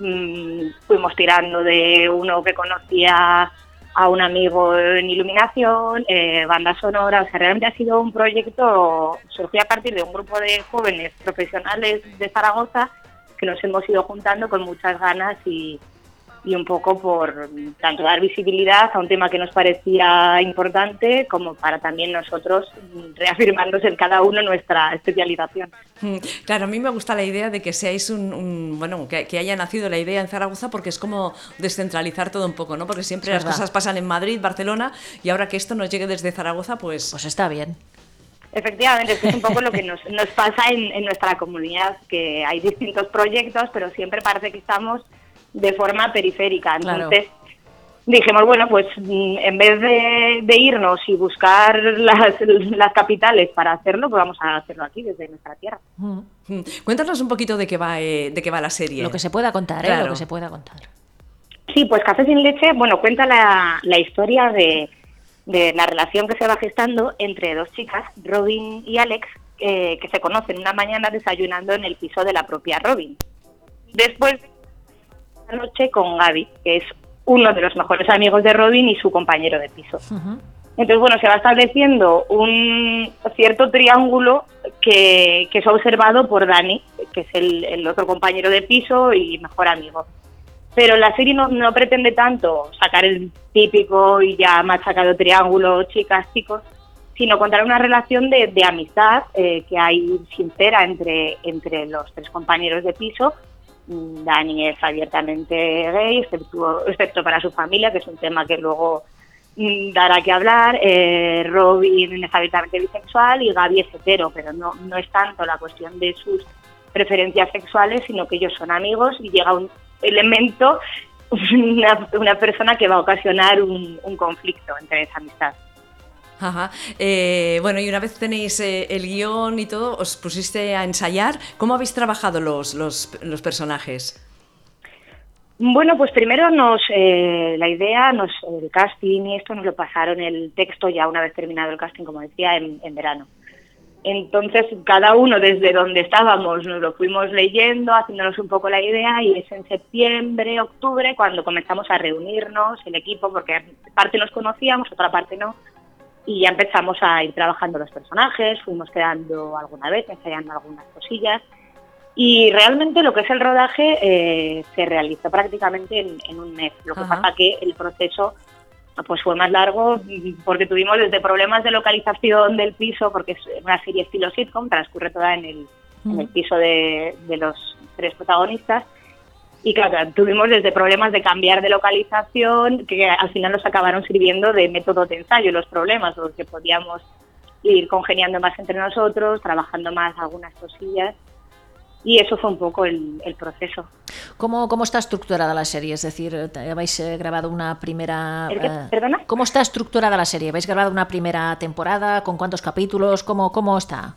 mm, fuimos tirando de uno que conocía a un amigo en iluminación, eh, banda sonora. O sea, realmente ha sido un proyecto, surgió a partir de un grupo de jóvenes profesionales de Zaragoza que nos hemos ido juntando con muchas ganas y, y un poco por tanto dar visibilidad a un tema que nos parecía importante como para también nosotros mm, reafirmarnos en cada uno nuestra especialización.
Mm, <laughs> Claro, a mí me gusta la idea de que seáis un, un- bueno, que, que haya nacido la idea en Zaragoza porque es como descentralizar todo un poco, ¿no? Porque siempre
Es
las
verdad.
cosas pasan en Madrid, Barcelona y ahora que esto nos llegue desde Zaragoza, pues
Pues está bien.
Efectivamente, esto es un poco lo que nos, nos pasa en, en nuestra comunidad, que hay distintos proyectos, pero siempre parece que estamos de forma periférica.
Claro.
Entonces, dijimos, bueno, pues mm, en vez de, de irnos y buscar las, las capitales para hacerlo, pues vamos a hacerlo aquí, desde nuestra tierra.
Mm.
mm, cuéntanos un poquito de qué va, eh, de qué va la serie.
Lo que se pueda contar, ¿eh?
Claro.
Lo que se pueda contar.
Sí, pues Café sin leche, bueno, cuenta la, la historia de, de la relación que se va gestando entre dos chicas, Robin y Alex, eh, que se conocen una mañana desayunando en el piso de la propia Robin. Después la noche con Gaby, que es uno de los mejores amigos de Robin y su compañero de piso.
Ujú.
Entonces, bueno, se va estableciendo un cierto triángulo que, que es observado por Dani, que es el, el otro compañero de piso y mejor amigo. Pero la serie no, no pretende tanto sacar el típico y ya machacado triángulo chicas, chicos, sino contar una relación de, de amistad eh, que hay sincera entre, entre los tres compañeros de piso Dani es abiertamente gay, excepto, excepto para su familia, que es un tema que luego mm, dará que hablar. Eh, Robin es abiertamente bisexual y Gaby es hetero, pero no, no es tanto la cuestión de sus preferencias sexuales, sino que ellos son amigos y llega un elemento, <laughs> una, una persona que va a ocasionar un, un conflicto entre esa amistad.
Ajá. Eh, bueno, y una vez tenéis eh, el guión y todo, os pusiste a ensayar. ¿Cómo habéis trabajado los, los, los personajes?
Bueno, pues primero nos eh, la idea, nos, el casting y esto nos lo pasaron el texto ya una vez terminado el casting, como decía, en, en verano. Entonces cada uno desde donde estábamos nos lo fuimos leyendo, haciéndonos un poco la idea y es en septiembre, octubre cuando comenzamos a reunirnos el equipo porque parte nos conocíamos, otra parte no y ya empezamos a ir trabajando los personajes, fuimos quedando alguna vez, ensayando algunas cosillas. Y realmente lo que es el rodaje eh, se realizó prácticamente en, en un mes. Lo que
Ajá.
pasa que el proceso pues fue más largo y- porque tuvimos desde problemas de localización del piso, porque es una serie estilo sitcom, transcurre toda en el, en el piso de, de los tres protagonistas. Y claro, tuvimos desde problemas de cambiar de localización, que al final nos acabaron sirviendo de método de ensayo los problemas, los que podíamos ir congeniando más entre nosotros, trabajando más algunas cosillas. Y eso fue un poco el, el proceso.
¿Cómo, ¿Cómo está estructurada la serie? Es decir, te- habéis eh, grabado una primera...
¿El qué?
eh,
¿Perdona?
¿Cómo está estructurada la serie? ¿Habéis grabado una primera temporada? ¿Con cuántos capítulos? ¿Cómo, cómo está?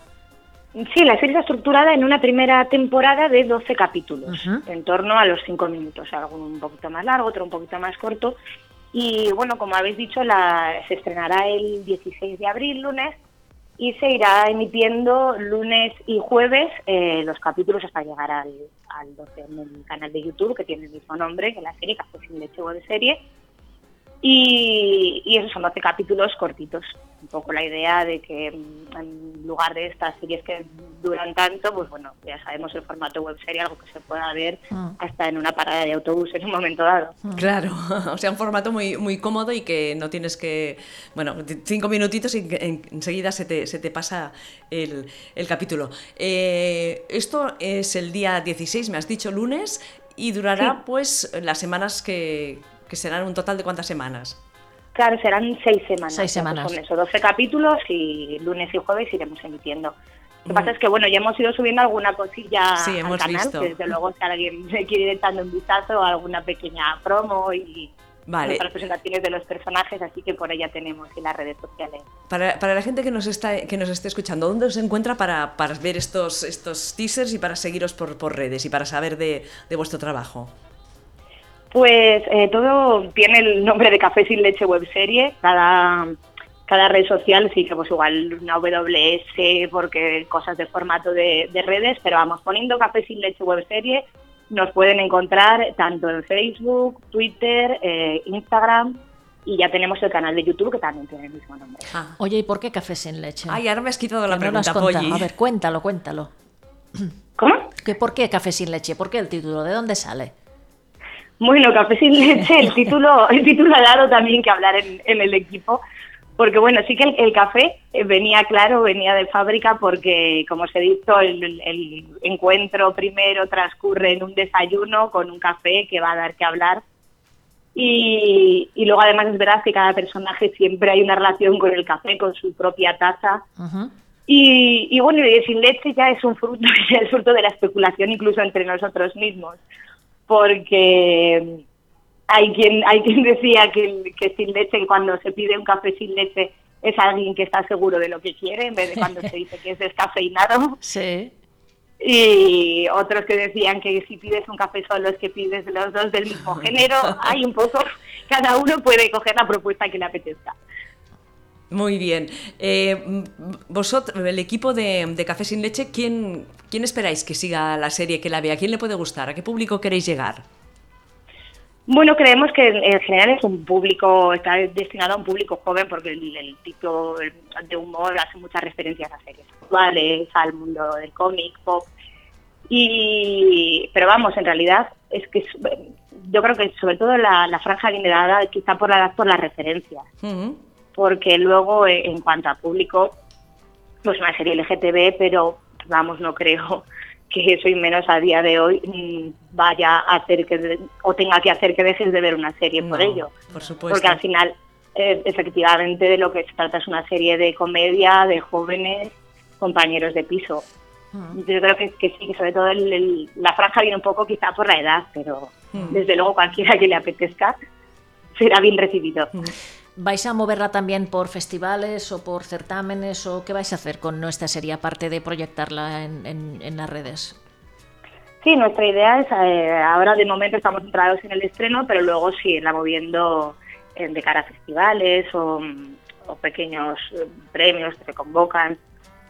Sí, la serie está estructurada en una primera temporada de 12 capítulos,
Ujú.
en torno a los 5 minutos, alguno un poquito más largo, otro un poquito más corto. Y bueno, como habéis dicho, la, se estrenará el 16 de abril, lunes, y se irá emitiendo lunes y jueves eh, los capítulos hasta llegar al, al 12 en el canal de YouTube que tiene el mismo nombre que la serie, Café sin leche o de serie. Y, y esos son 12 capítulos cortitos. Un poco la idea de que mm, en lugar de estas series que duran tanto, pues bueno, ya sabemos el formato web serie, algo que se pueda ver
Ah.
hasta en una parada de autobús en un momento dado.
Mm.
Claro, <laughs> o sea, un formato muy, muy cómodo y que no tienes que. Bueno, t- cinco minutitos y que en- enseguida se te, se te pasa el, el capítulo. Eh, esto es el día 16, me has dicho lunes, y durará pues las semanas que, que serán un total de cuántas semanas.
Claro, serán seis semanas.
Seis semanas.
Entonces, Con esos 12 capítulos y lunes y jueves iremos emitiendo. Lo que pasa es que, bueno, ya hemos ido subiendo alguna cosilla
Sí,
al
hemos
canal,
visto.
que desde luego si alguien <laughs> se quiere ir echando un vistazo a alguna pequeña promo y
Vale.
otras presentaciones de los personajes, así que por ella tenemos en las redes sociales.
Para, para la gente que nos, está, que nos esté escuchando, ¿dónde os encuentra para, para ver estos, estos teasers y para seguiros por, por redes y para saber de, de vuestro trabajo?
Pues eh, todo tiene el nombre de Café sin leche web serie. Cada, cada red social sí que pues igual una WS porque cosas de formato de, de redes, pero vamos poniendo Café sin leche web serie. Nos pueden encontrar tanto en Facebook, Twitter, eh, Instagram y ya tenemos el canal de YouTube que también tiene el mismo nombre.
Ah.
Oye, ¿y por qué café sin leche?
Ay, ahora me has quitado
Que
la
no lo has
pregunta,
contado.
Polly.
A ver, cuéntalo, cuéntalo.
¿Cómo?
¿Que ¿Por qué café sin leche? ¿Por qué el título? ¿De dónde sale?
Bueno, Café sin leche, el título, el título ha dado también que hablar en, en el equipo, porque bueno, sí que el, el café eh, venía claro, venía de fábrica, porque como se dijo, el, el- el encuentro primero transcurre en un desayuno con un café que va a dar que hablar. Y, y luego además es verdad que cada personaje siempre hay una relación con el café, con su propia taza.
Ujú.
Y, y bueno, y sin leche ya es un fruto, <laughs> ya es fruto de la especulación incluso entre nosotros mismos, porque hay quien, hay quien <laughs> decía que, que sin leche, cuando se pide un café sin leche, es alguien que está seguro de lo que quiere, en vez de cuando se dice que es descafeinado. <laughs>
Sí.
Y otros que decían que si pides un café solo es que pides los dos del mismo género. Hay un poco, cada uno puede coger la propuesta que le apetezca.
Muy bien. Eh, mm, vosotros, el equipo de, de Café sin Leche, ¿quién, ¿quién esperáis que siga la serie, que la vea? ¿Quién le puede gustar? ¿A qué público queréis llegar?
Bueno, creemos que en en general es un público, está destinado a un público joven porque el, el tipo de humor hace muchas referencias a series actuales, al mundo del cómic, pop. Y, pero vamos, en realidad es que es- yo creo que sobre todo la, la franja adinerada quizá por la edad, por las referencias,
Ujú.
porque luego eh, en cuanto a público, pues una serie LGTB, pero vamos, no creo <laughs> que soy menos a día de hoy mm, vaya a hacer que de- o tenga que hacer que dejes de ver una serie por
No, pues
ello.
Por supuesto.
Porque al final, eh, efectivamente, de lo que se trata es una serie de comedia, de jóvenes, compañeros de piso.
Mm.
Yo creo que, que sí, que sobre todo el- el- la franja viene un poco quizá por la edad, pero
Mm.
desde luego cualquiera que le apetezca <laughs> será bien recibido.
¿Vais a moverla también por festivales o por certámenes o qué vais a hacer con nuestra serie aparte de proyectarla en, en- en las redes?
Sí, nuestra idea es, eh, ahora de momento estamos centrados en el estreno, pero luego sí, la moviendo eh, de cara a festivales o, mm, o pequeños eh, premios que se convocan,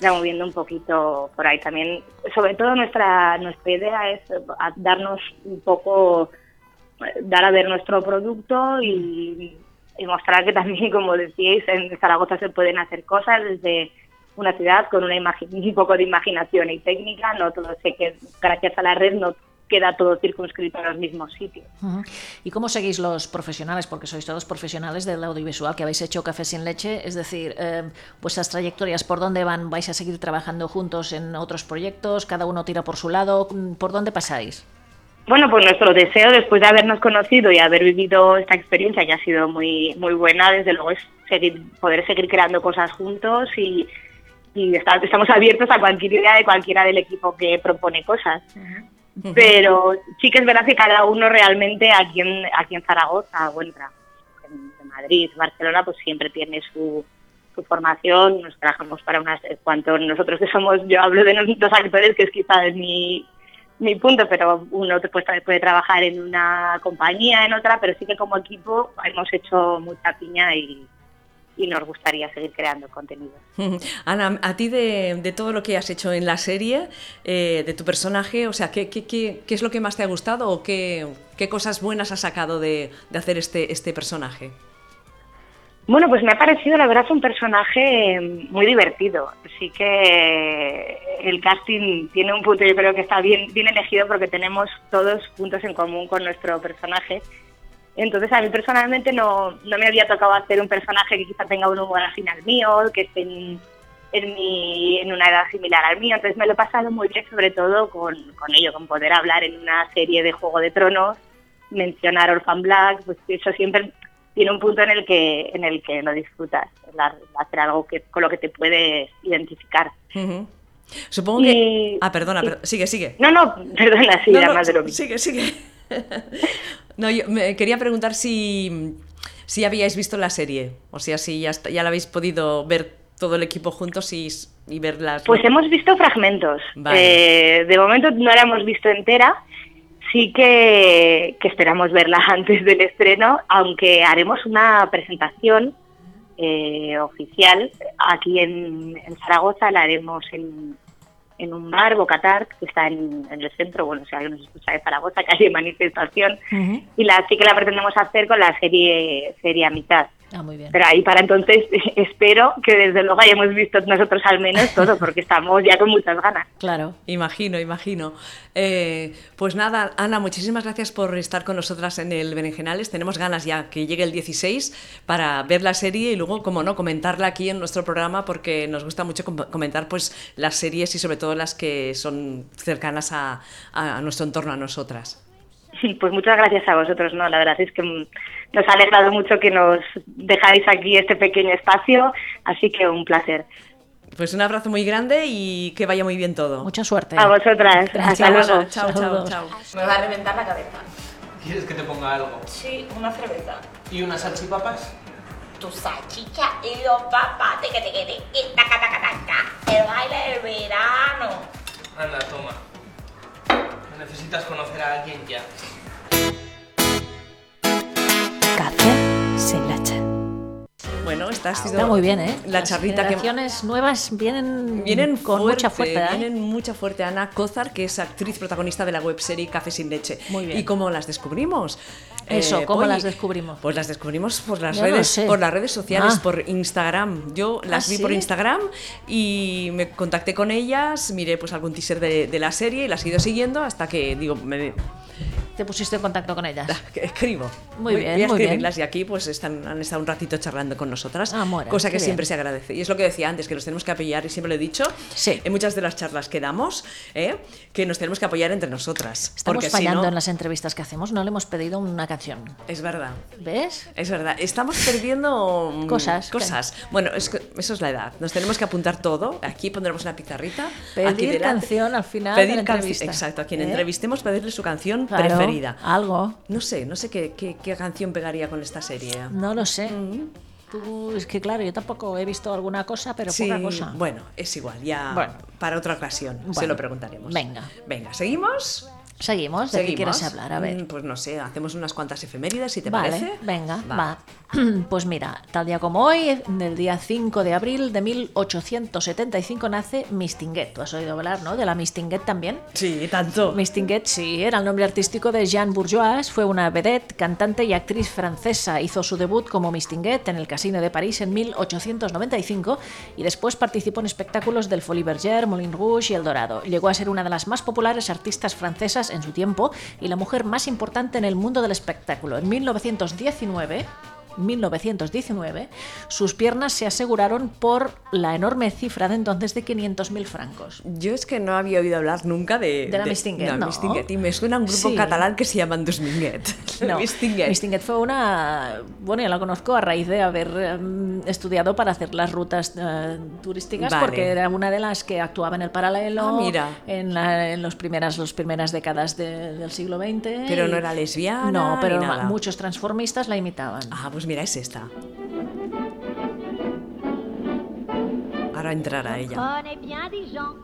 la moviendo un poquito por ahí también. Sobre todo nuestra, nuestra idea es eh, a- darnos un poco, eh, dar a ver nuestro producto y, y mostrar que también, <laughs> como decíais, en Zaragoza se pueden hacer cosas desde una ciudad con una imagen, un poco de imaginación y técnica, no todo sé que gracias a la red no queda todo circunscrito en los mismos sitios.
Ujú. ¿Y cómo seguís los profesionales? Porque sois todos profesionales del audiovisual que habéis hecho Café sin Leche. Es decir, eh, vuestras trayectorias, ¿por dónde van? ¿Vais a seguir trabajando juntos en otros proyectos? ¿Cada uno tira por su lado? ¿Por dónde pasáis?
Bueno, pues nuestro deseo después de habernos conocido y haber vivido esta experiencia que ha sido muy muy buena, desde luego es seguir, poder seguir creando cosas juntos y, y está- estamos abiertos a cualquier idea de cualquiera del equipo que propone cosas. Pero sí que es verdad que cada uno realmente aquí en, aquí en Zaragoza o en, Ra- en- en Madrid, Barcelona, pues siempre tiene su, su formación. Nos trabajamos para unas... Cuanto nosotros que somos, yo hablo de nosotros actores, que es quizás mi, mi punto, pero uno te puede, tra- puede trabajar en una compañía, en otra, pero sí que como equipo hemos hecho mucha piña y, y nos gustaría seguir creando contenido.
Mm-hmm. Ana, a ti de, de todo lo que has hecho en la serie, eh, de tu personaje, o sea, ¿qué, qué, qué, qué es lo que más te ha gustado o qué, qué cosas buenas has sacado de, de hacer este, este personaje?
Bueno, pues me ha parecido, la verdad, un personaje eh, muy divertido. Así que el casting tiene un punto, yo creo que está bien, bien elegido porque tenemos todos puntos en común con nuestro personaje. Entonces, a mí personalmente no, no me había tocado hacer un personaje que quizá tenga un humor afín al mío, que esté en, en mi- en una edad similar al mío. Entonces, me lo he pasado muy bien, sobre todo con, con ello, con poder hablar en una serie de Juego de Tronos, mencionar Orphan Black, pues eso siempre tiene un punto en el que en el que lo disfrutas, el ha- hacer algo que con lo que te puedes identificar.
Ujú. Mm-hmm. Supongo que...
Y-
Ah, perdona, per- sigue, sigue.
No, <laughs> no, perdona, sí,
No,
era
no,
más de lo mismo.
Sigue, sigue. <laughs> no, yo me quería preguntar si, si habíais visto la serie, o sea, si ya, está- ya la habéis podido ver todo el equipo juntos y, s- y ver las...
Pues hemos visto fragmentos.
Vale.
Eh, de momento no la hemos visto entera. Sí que, que esperamos verla <laughs> antes del estreno, aunque haremos una presentación eh, oficial aquí en, en Zaragoza. La haremos en, en un bar, Bocatar, que está en, en el centro. Bueno, si alguien nos escucha de Zaragoza, que hay <laughs> manifestación. Y la sí que la pretendemos hacer con la serie, serie a mitad.
Ah, muy bien.
Pero ahí para entonces <laughs> espero que desde luego hayamos visto nosotros al menos todo, porque estamos ya con muchas ganas. <laughs>
Claro.
Imagino, imagino. Eh, pues nada, Ana, muchísimas gracias por estar con nosotras en el Berenjenales. Tenemos ganas ya que llegue el 16 para ver la serie y luego, como no, comentarla aquí en nuestro programa porque nos gusta mucho com- comentar pues las series y sobre todo las que son cercanas a, a nuestro entorno, a nosotras.
Pues muchas gracias a vosotros, ¿no? La verdad es que mm, nos ha alegrado mucho que nos dejáis aquí este pequeño espacio, así que un placer.
Pues un abrazo muy grande y que vaya muy bien todo.
Mucha suerte.
A vosotras, hasta
Ana.
luego.
Chao, chao,
Saludos.
chao.
Me va a reventar la cabeza.
¿Quieres que te ponga algo?
Sí, una cerveza.
¿Y unas salchipapas?
Tu salchicha y los papas, te que te que te que taca taca taca. El baile del verano.
Anda, toma. Necesitas conocer a alguien ya.
Café sin leche.
Bueno, esta ha sido
Está muy bien, ¿eh?
la
Las
charrita que
generaciones nuevas vienen,
Vienen
con
fuerte,
mucha fuerza. ¿eh?
Vienen mucha fuerte. Ana Cozar, que es actriz protagonista de la webserie Café sin leche.
Muy bien.
¿Y cómo las descubrimos?
Eso, ¿cómo
Polly,
las descubrimos?
Pues las descubrimos por las
Yo no
redes,
sé.
por las redes sociales,
Ah.
por Instagram. Yo las
¿Ah,
vi por
sí?
Instagram y me contacté con ellas, miré pues algún teaser de, de la serie y las he ido siguiendo hasta que digo, me-
te pusiste en contacto con ellas.
que <laughs> escribo.
Muy
Voy-
bien,
voy a
muy bien.
escribirlas y aquí pues están, han estado un ratito charlando con nosotras,
Ah, mora,
cosa
qué
que siempre
bien.
se agradece. Y es lo que decía antes, que nos tenemos que apoyar y siempre lo he dicho
Sí.
en muchas de las charlas que damos, ¿eh? que nos tenemos que apoyar entre nosotras.
Estamos
porque si
fallando
no-
en las entrevistas que hacemos, no le hemos pedido una canción.
Es verdad.
¿Ves?
Es verdad, estamos perdiendo mm,
Cosas,
cosas. Bueno, es que- eso es la edad. Nos tenemos que apuntar todo. Aquí pondremos una pizarrita. aquí
Pedir
delante.
canción al final de la
Pedir canci-
entrevista.
Exacto, a quien
¿Eh?
entrevistemos pedirle su canción
Claro,
preferida.
Algo.
No sé, no sé qué, qué- qué canción pegaría con esta serie.
No lo sé.
Mm.
Tú, es que claro, yo tampoco he visto alguna cosa, pero poca cosa.
bueno, es igual, ya
Bueno.
para otra ocasión se
Bueno.
lo preguntaremos.
Venga.
Venga, ¿seguimos?
Seguimos, ¿de qué quieres hablar? A ver.
Mm, Pues no sé, hacemos unas cuantas efemérides, si te
vale,
parece.
venga, va. <clears throat> Pues mira, tal día como hoy, del día 5 de abril de 1875 nace Mistinguet. Tú has oído hablar, ¿no? De la Mistinguet también.
Sí, tanto.
Mistinguet, sí, era el nombre artístico de Jeanne Bourgeois, fue una vedette, cantante y actriz francesa. Hizo su debut como Mistinguet en el Casino de París en 1895 y después participó en espectáculos del Folie Bergère, Moulin Rouge y El Dorado. Llegó a ser una de las más populares artistas francesas en su tiempo y la mujer más importante en el mundo del espectáculo. En 1919... 1919, sus piernas se aseguraron por la enorme cifra de entonces de 500.000 francos.
Yo es que no había oído hablar nunca de...
De la Mistinguet,
no,
¿no?
Mistinguet. Y me suena un grupo
Sí.
catalán que se llaman Dusminguet.
<laughs>
<laughs>
No,
Mistinguet.
Mistinguet fue una. Bueno, yo la conozco a raíz de haber em, estudiado para hacer las rutas eh, turísticas,
Vale.
porque era una de las que actuaba en el paralelo
Ah, mira.
en, la- en los primeras, las primeras décadas de- del siglo XX.
Pero
y-
no era lesbiana
No,
ni
pero
nada.
muchos transformistas la imitaban.
Ah, pues mira, es esta. Ahora entrará ella.
On est bien des gens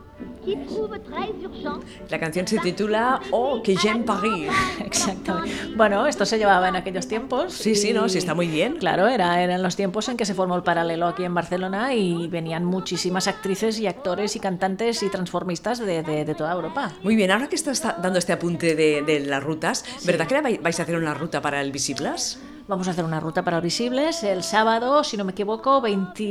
qui trouvent très urgent.
La canción se titula Oh, que j'aime Paris.
Exactamente. Bueno, esto se llevaba en aquellos tiempos.
Sí, sí, no, sí, está muy bien.
Claro, era, eran los tiempos en que se formó el paralelo aquí en Barcelona y venían muchísimas actrices y actores y cantantes y transformistas de, de- de toda Europa.
Muy bien, ahora que estás ta- dando este apunte de, de las rutas, ¿verdad que vai- vais a hacer una ruta para el Visiblas?
Vamos a hacer una ruta para visibles el sábado, si no me equivoco,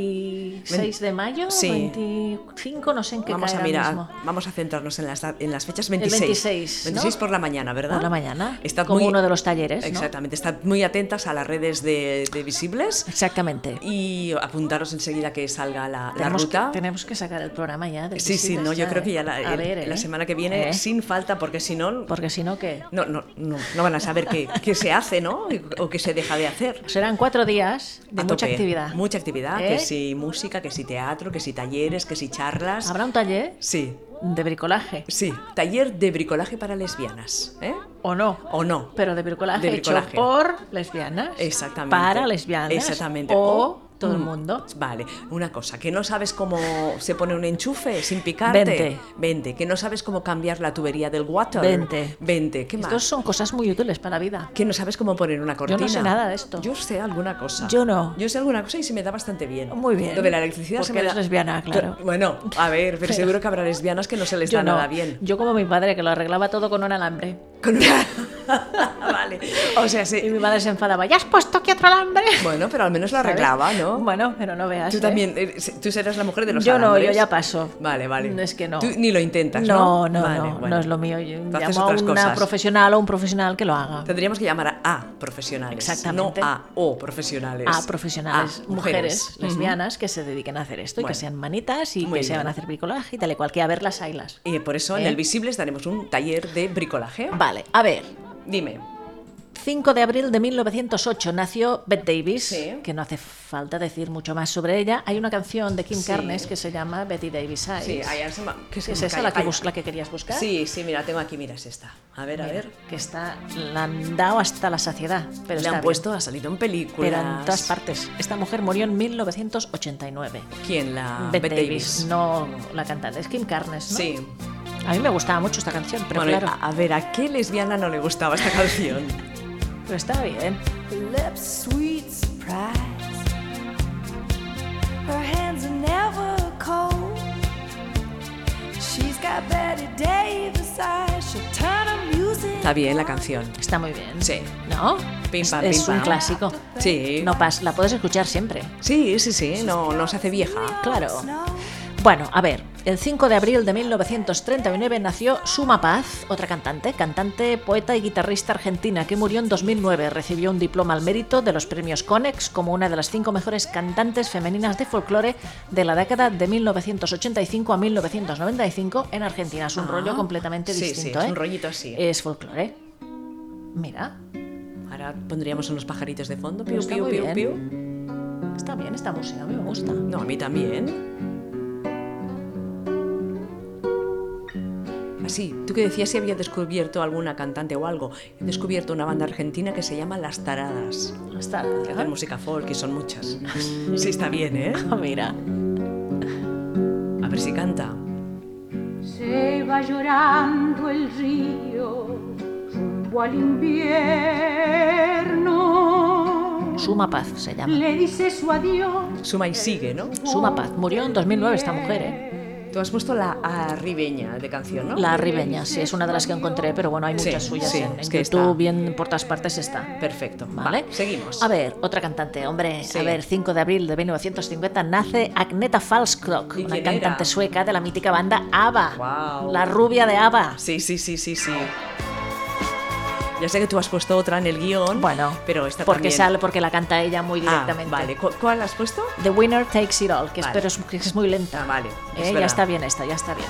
26 de mayo,
Sí.
25, no sé en qué
Vamos a
caerá
mirar,
mismo.
vamos a centrarnos en las, da- en las fechas
El
26.
26, ¿no?
26 por la mañana, ¿verdad?
Por la mañana,
Estad
como
muy-
uno de los talleres, ¿no?
Exactamente, estad muy atentas a las redes de, de Visibles
Exactamente.
y apuntaros enseguida que salga la, la
Tenemos que,
ruta.
tenemos que sacar el programa ya. de
Sí, sí,
visibles
no, yo
ya,
creo
¿eh?
que ya la,
A
el-
ver,
la
¿eh?
semana que viene
¿Eh?
sin falta, porque si no,
Porque si no, ¿qué?
no, no, no, no van a saber qué, qué se hace, ¿no? O qué se deja de hacer.
Serán cuatro días de
A
mucha
tope.
actividad.
Mucha actividad,
¿Eh?
que si música, que si teatro, que si talleres, que si charlas.
Habrá un taller
Sí,
de bricolaje.
sí, taller de bricolaje para lesbianas, ¿eh?
¿O no?
¿O no?
Pero de bricolaje,
De bricolaje.
hecho por lesbianas.
Exactamente.
Para lesbianas.
Exactamente.
O todo el
Mm,
mundo.
Vale, una cosa, que no sabes cómo se pone un enchufe sin picarte.
Vente.
Vente, que no sabes cómo cambiar la tubería del water.
Vente.
Vente, ¿qué
Estos
más?
son cosas muy útiles para la vida.
Que no sabes cómo poner una
no
cortina.
sé nada de esto.
Yo sé alguna cosa.
Yo no.
Yo sé alguna cosa y se me da bastante bien.
Muy bien.
Lo de la electricidad
Porque
se me
eres
da.
lesbiana, claro.
Bueno, a
<laughs>
ver, pero seguro que habrá lesbianas que no se les da
Yo no.
Pues nada bien.
Yo como mi padre, que lo arreglaba todo con un alambre.
Con una- <laughs> vale. O sea,
Y
sí.
mi madre se enfadaba. ¿Ya has puesto aquí otro alambre?
Bueno, pero al menos lo
¿Sabes?
arreglaba, ¿no?
<laughs> Bueno, pero no veas.
Tú
¿eh?
también, eh, se- tú serás la mujer de los
Yo no,
alambres.
yo ya paso.
Vale, vale.
Es que no.
Tú ni lo intentas,
No,
¿no?
no,
Vale,
no,
bueno.
no es lo mío. Yo
Tú haces
llamo a
otras
una
cosas.
profesional o un profesional que lo haga.
Tendríamos que llamar a profesionales.
Exactamente.
No a o profesionales.
a profesionales,
A
mujeres,
ah, Ujú.
lesbianas, que se dediquen a hacer esto y
Bueno.
que sean manitas y
Muy
que se van
bien.
a hacer bricolaje y tal y cual, que a ver las ailas.
Y por eso en
¿Eh?
el Visibles daremos un taller de bricolaje.
Vale, a ver.
Dime.
5 de abril de 1908 nació Bette Davis,
Sí.
que no hace falta decir mucho más sobre ella. Hay una canción de Kim
Sí.
Carnes que se llama Betty Davis Eyes.
Sí, ahí se me- que
¿Es
se me
esa
cae-
la que,
ay.
bus- la que querías buscar?
Sí, sí, mira, tengo aquí, mira, es esta. A ver, a
Mira,
ver.
Que está, la han dado hasta la saciedad. Pero
Le
está
han
bien.
puesto, ha salido en películas.
Pero en todas partes. Esta mujer murió en 1989.
¿Quién? La
Bette Davis, no la cantante, es Kim Carnes, ¿no?
Ah, Sí.
A mí me gustaba mucho esta canción, pero
bueno,
claro,
a, a ver, ¿a qué lesbiana no le gustaba esta
<laughs>
canción? ah.
pero estaba bien.
Lips sweet surprise.
Her hands are never cold. She's got Betty Davis eyes. She'll turn the music.
Está bien la canción.
Está muy bien.
Sí.
¿No?
Pim,
Es-
pam,
es
pim, pam.
un clásico.
Sí.
No pas, la puedes escuchar siempre.
Sí, sí, sí, no, no se hace vieja.
Ah, Claro. Bueno, a ver, el 5 de abril de 1939 nació Suma Paz, otra cantante, cantante, poeta y guitarrista argentina que murió en 2009. Recibió un diploma al mérito de los premios Conex como una de las cinco mejores cantantes femeninas de folclore de la década de 1985 a 1995 en Argentina. Es un
Ah,
rollo completamente
sí, sí,
distinto.
es
¿eh?
un rollito así.
Es folclore. Mira,
Ahora pondríamos unos pajaritos de fondo. Piu,
Pero está
piu,
muy
piu,
bien.
piu.
está bien esta música, a mí me gusta.
No, a mí también. Así, tú que decías si había descubierto alguna cantante o algo. He descubierto una banda argentina que se llama Las Taradas.
Está.
Que hacen música folk y son muchas. Sí, está bien, ¿eh?
<laughs> Mira.
A ver si canta.
Se va llorando el río rumbo al invierno.
Suma Paz se llama.
Le dice su adiós.
Suma y sigue, ¿no?
Suma Paz. Murió en 2009 esta mujer, ¿eh?
Tú has puesto la arribeña de canción, ¿no?
La ribeña, sí, es una de las que encontré, pero bueno, hay
Sí,
muchas suyas
sí,
en, en
es que
YouTube,
está.
bien por todas partes está.
Perfecto.
¿Vale?
Va, seguimos.
A ver, otra cantante, hombre.
Sí.
A ver, 5 de abril de 1950 nace Agneta Falskrock, una
quién era?
cantante sueca de la mítica banda ABBA.
Guau.
La rubia de ABBA.
Sí, sí, sí, sí, sí. Ya sé que tú has puesto otra en el guión. Bueno, pero esta
Porque
también.
sale, porque la canta ella muy
Ah,
directamente.
vale. ¿Cu- ¿Cuál has puesto?
The Winner Takes It All, que
Vale.
espero es, que es muy lenta.
Ah, vale.
Eh,
es
ya
verdad.
está bien esta, ya está bien.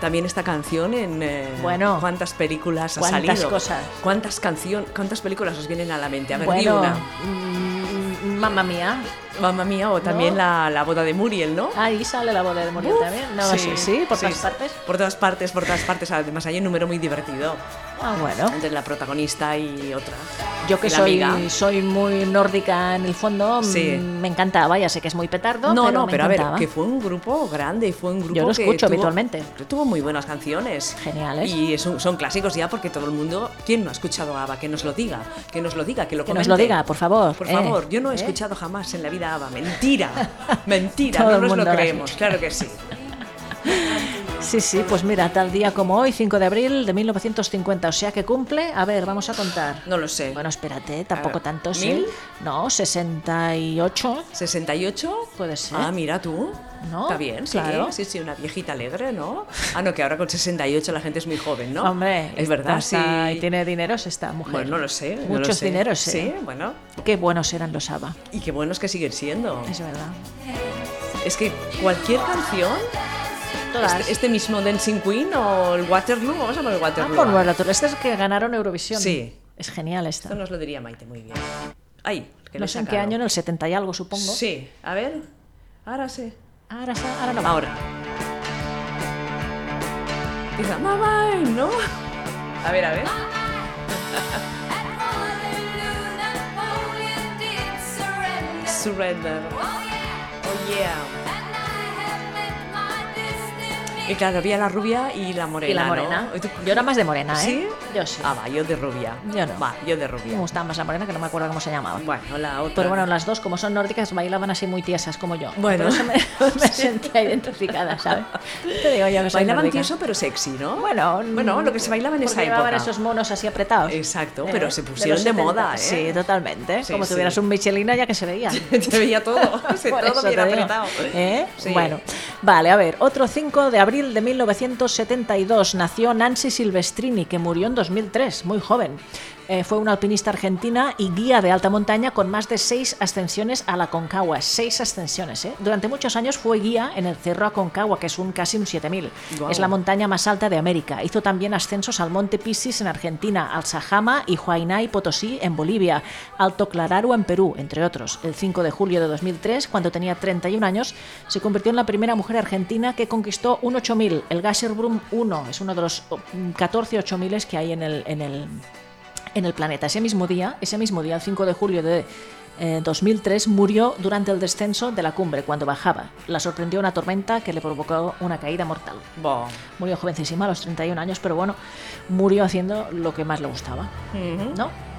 También esta canción en eh,
Bueno.
cuántas películas ha
Cuántas
salido.
cosas.
¿Cuántas canciones, cuántas películas os vienen a la mente? A ver, di
bueno,
una.
mm, mamma mía.
Mamma mía, o también
No.
la, la boda de Muriel, ¿no?
Ahí sale la bola de Muriel también. No, sí, sí, por todas partes.
Por todas partes, por todas partes. Además, hay un número muy divertido.
Ah, bueno.
Entre la protagonista y otra.
Yo que
Y la
soy,
amiga.
soy muy nórdica en el fondo,
Sí.
mm, me encantaba, ya sé que es muy petardo,
No,
pero
no,
me
pero a ver,
encantaba.
que fue un grupo grande y fue un grupo
Yo lo
que
escucho
tuvo-
habitualmente.
que tuvo muy buenas canciones.
Geniales.
Y es un- son clásicos ya porque todo el mundo, ¿quién no ha escuchado a ABBA? Que nos lo diga, que nos lo diga, que lo
Que nos lo
comente.
diga, por favor.
Por
eh,
favor, yo no he
eh.
escuchado jamás en la vida ABBA. Mentira,
<laughs>
mentira,
Todo
no
el
nos lo
mundo lo
creemos, claro que sí.
Sí, sí, pues mira, tal día como hoy, 5 de abril de 1950, o sea que cumple, a ver, vamos a contar.
No lo sé.
Bueno, espérate, tampoco
ver,
tantos.
¿mil?
¿eh? No, 68.
¿68?
Puede ser.
Ah, mira tú.
¿No?
Está bien, sí,
Claro.
sí, sí, una viejita alegre, ¿no? Ah, no, que ahora con 68 la gente es muy joven, ¿no?
Hombre,
es verdad, sí.
está- Y tiene dineros esta mujer.
Bueno, no lo sé. no lo
Muchos
sé.
dineros, ¿eh?
Sí, bueno.
Qué buenos eran los ABBA.
Y qué buenos que siguen siendo.
Es verdad.
Es que cualquier canción,
Todas.
este, este mismo Dancing Queen o el Waterloo, vamos a poner
Ah,
Waterloo.
por Waterloo. Estas que ganaron Eurovisión.
Sí.
Es genial
Esto
esta.
nos lo diría Maite muy bien. Ay, que le
No
he
sé en qué
sacado.
año, en el 70 y algo, supongo.
Sí, a ver. Ahora sí.
Ahora, sa- ahora no.
Ahora. Dice, mamá, ¿no? A ver, a ver. Surrender. Oh yeah. Y claro, había la rubia y la morena.
Y la morena.
¿no? ¿Y tú-
Yo era más de morena, ¿eh?
¿Sí?
Yo sí.
Ah, va, yo de rubia.
Yo no.
Va, yo de
Me
rubia.
gustaba más la morena, que no me acuerdo cómo se llamaba.
Bueno, la otra.
Pero bueno, las dos, como son nórdicas, bailaban así muy tiesas como yo.
Bueno.
Por
<laughs>
eso me, <laughs> me sentía identificada, ¿sabes? Te digo yo que soy
Bailaban
nórdica.
tieso pero sexy, ¿no? <laughs>
Bueno,
Bueno, lo que se bailaba en
porque
esa
llevaban
época.
esos monos así apretados.
Exacto,
Eh,
pero se
de
pusieron
los
de,
70.
moda, ¿eh?
Sí, totalmente.
Sí,
como
sí.
tuvieras un Michelina ya que se veía.
Se veía
<laughs>
todo, <laughs> se
Por
todo
eso
bien
te digo.
apretado.
¿Eh?
Sí.
Bueno, vale, a ver, otro 5 de abril de 1972 nació Nancy Silvestrini, que murió en 2003, muy joven. Eh, fue una alpinista argentina y guía de alta montaña con más de seis ascensiones a la Concagua. Seis ascensiones, ¿eh? Durante muchos años fue guía en el Cerro Aconcagua, que es un casi un 7000.
Guau.
Es la montaña más alta de América. Hizo también ascensos al Monte Pisis en Argentina, al Sajama y Huayna y Potosí en Bolivia, Alto Clararo en Perú, entre otros. El 5 de julio de 2003, cuando tenía 31 años, se convirtió en la primera mujer argentina que conquistó un 8000, el Gasherbrum 1. Es uno de los oh, 14 8000 que hay en el, en el, en el planeta. Ese mismo día, ese mismo día, el 5 de julio de eh, 2003, murió durante el descenso de la cumbre, cuando bajaba. La sorprendió una tormenta que le provocó una caída mortal.
Bo.
Murió jovencísima, a los 31 años, pero bueno, murió haciendo lo que más le gustaba, ¿no?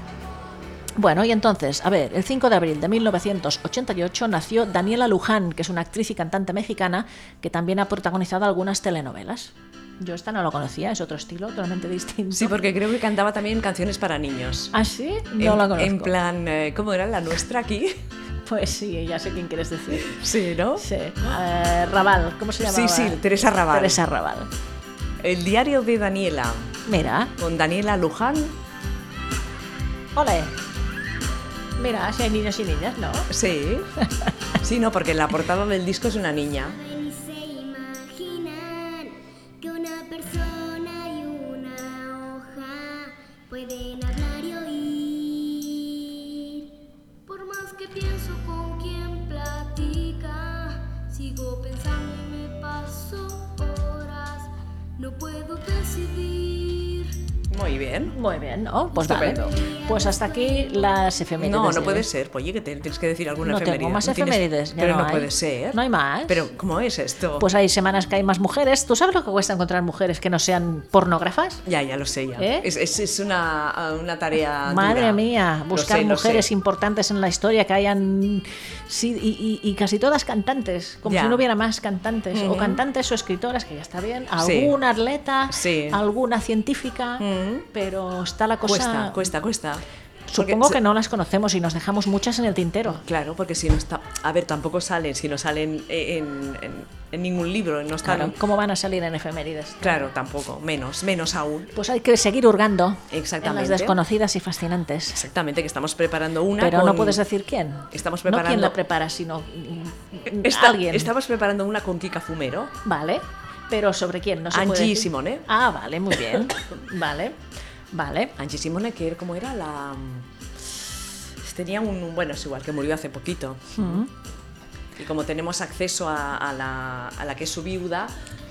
Bueno, y entonces, a ver, el 5 de abril de 1988 nació Daniela Luján, que es una actriz y cantante mexicana que también ha protagonizado algunas telenovelas. Yo esta no lo conocía, es otro estilo totalmente distinto.
Sí, porque creo que cantaba también canciones para niños.
¿Ah, sí? No
en,
la conozco.
En plan, eh, ¿cómo era la nuestra aquí? <laughs>
Pues sí, ya sé quién quieres decir.
Sí, ¿no?
Sí. Eh, Raval, ¿cómo se
Sí,
llamaba?
sí, Teresa Raval.
Teresa Raval.
El diario de Daniela.
Mira.
Con Daniela Luján.
Ole. Mira, si hay niños y niñas, ¿no? <laughs>
Sí. Sí, no, porque en la portada del disco es una niña.
Ni se imaginan que una persona y una hoja pueden hablar y oír. Por más que pienso con quien platica, sigo pensando y me paso horas. No puedo decidir.
Muy bien.
Muy bien, ¿no? Pues vale.
Estupendo.
Pues hasta aquí las efemérides.
No,
de
no
hoy.
puede ser. Oye, que te- tienes que decir alguna
No tengo
efeméride.
más
tienes-
efemérides, ya
Pero
no
no,
hay.
puede ser.
No hay más.
Pero, ¿cómo es esto?
Pues hay semanas que hay más mujeres. ¿Tú sabes lo que cuesta encontrar mujeres que no sean pornógrafas?
Ya, ya lo sé, ya.
¿Eh?
Es, es- es una, ah, una tarea.
Madre
dura.
mía,
Lo
buscar
sé, lo sé.
mujeres importantes en la historia que hayan. Sí, y, y- y casi todas cantantes, como
Ya.
si no hubiera más cantantes,
Ujú.
o cantantes o escritoras, que ya está bien,
Sí.
algún atleta,
Sí. Mm.
alguna científica, pero está la cosa.
Cuesta, cuesta, cuesta.
Supongo
se-
que no las conocemos y nos dejamos muchas en el tintero.
Claro, porque si no está. A ver, tampoco salen, si no salen en, en- en ningún libro, no están.
Claro,
Claro.
¿cómo van a salir en efemérides?
tampoco. Menos, menos aún.
Pues hay que seguir hurgando en las
Exactamente.
desconocidas y fascinantes.
Exactamente, que estamos preparando una.
Pero no
con-
puedes decir quién.
Estamos
No quién
preparando-
la prepara, sino mm, mm,
<laughs> Esta-
alguien.
Estamos preparando una con Kika Fumero.
Vale, pero ¿sobre quién? No se puede
Angie
decir.
Simone.
Ah, vale, muy
<laughs>
bien. Vale, vale.
Angie Simone, que como era la. Tenía un. Bueno, es igual, que murió hace poquito.
Mm.
Y como tenemos acceso a, a la, a la que es su viuda,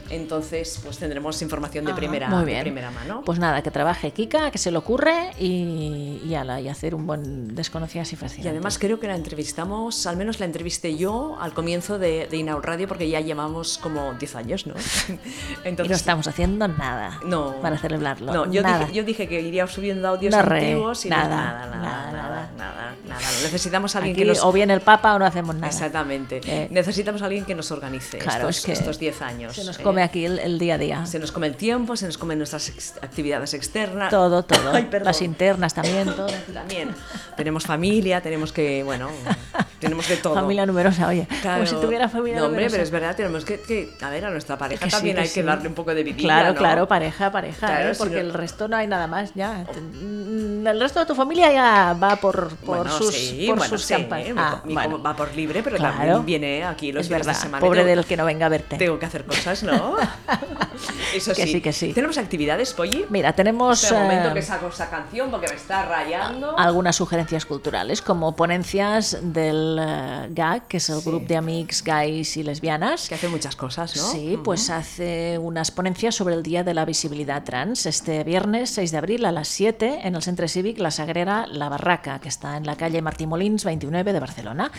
entonces pues tendremos información de,
Ajá,
primera,
muy
de
bien.
primera mano.
Pues nada, que trabaje Kika, que se le ocurre y, y ala, y hacer un buen desconocidas y
Y
fascinante.
además creo que la entrevistamos, al menos la entrevisté yo al comienzo de, de Inaud Radio, porque ya llevamos como 10 años, ¿no?
<laughs> Y no estamos haciendo nada
No.
para celebrarlo.
No, yo
nada.
dije, yo dije que iría subiendo audios
No, re,
antiguos y no-
nada,
nada, nada, nada, nada, nada, Necesitamos a alguien
Aquí
que nos...
o bien el Papa o no hacemos nada.
Exactamente.
Eh.
Necesitamos a alguien que nos organice
Claro,
estos
es que
estos 10 años.
Se nos
¿eh?
come aquí el, el día a día.
Se nos come el tiempo, se nos comen nuestras ex- actividades externas.
Todo, todo.
Ah. <laughs> Ay, perdón.
Las internas también, todo.
También. Tenemos familia, tenemos que,
<laughs>
bueno, tenemos de todo.
Familia numerosa, oye.
Claro.
Como si tuviera familia
No, hombre,
numerosa.
pero es verdad, tenemos que, que- a ver, a nuestra pareja
Que sí,
también
que
hay
sí.
que darle un poco de vidilla,
Claro,
¿no?
claro, pareja, pareja,
Claro,
¿eh?
si
porque
no- Oh.
el resto no hay nada más ya. Te- mm, El resto de tu familia ya va por, por
Bueno,
sus,
sí,
por
bueno,
sus
sí, mi
campañas. Ah,
co- mi
bueno,
co- va por libre, pero
Claro.
también viene aquí los
es
viernes
verdad,
de semana.
pobre
Tengo-
del que no venga a verte.
Tengo que hacer cosas,
<laughs>
¿no? Eso
Que
sí.
sí, que sí.
¿Tenemos actividades, Polly?
Mira, tenemos
Espera un
eh,
momento que saco esa canción porque me está rayando.
algunas sugerencias culturales, como ponencias del eh, GAC, que es el grupo de amics gays y lesbianas.
Que hace muchas cosas, ¿no? Mm.
Sí, pues hace unas ponencias sobre el Día de la Visibilidad Trans, este viernes 6 de abril a las 7 en el Centre Cívic La Sagrera La Barraca, que está en la calle Martí Molins 29 de Barcelona.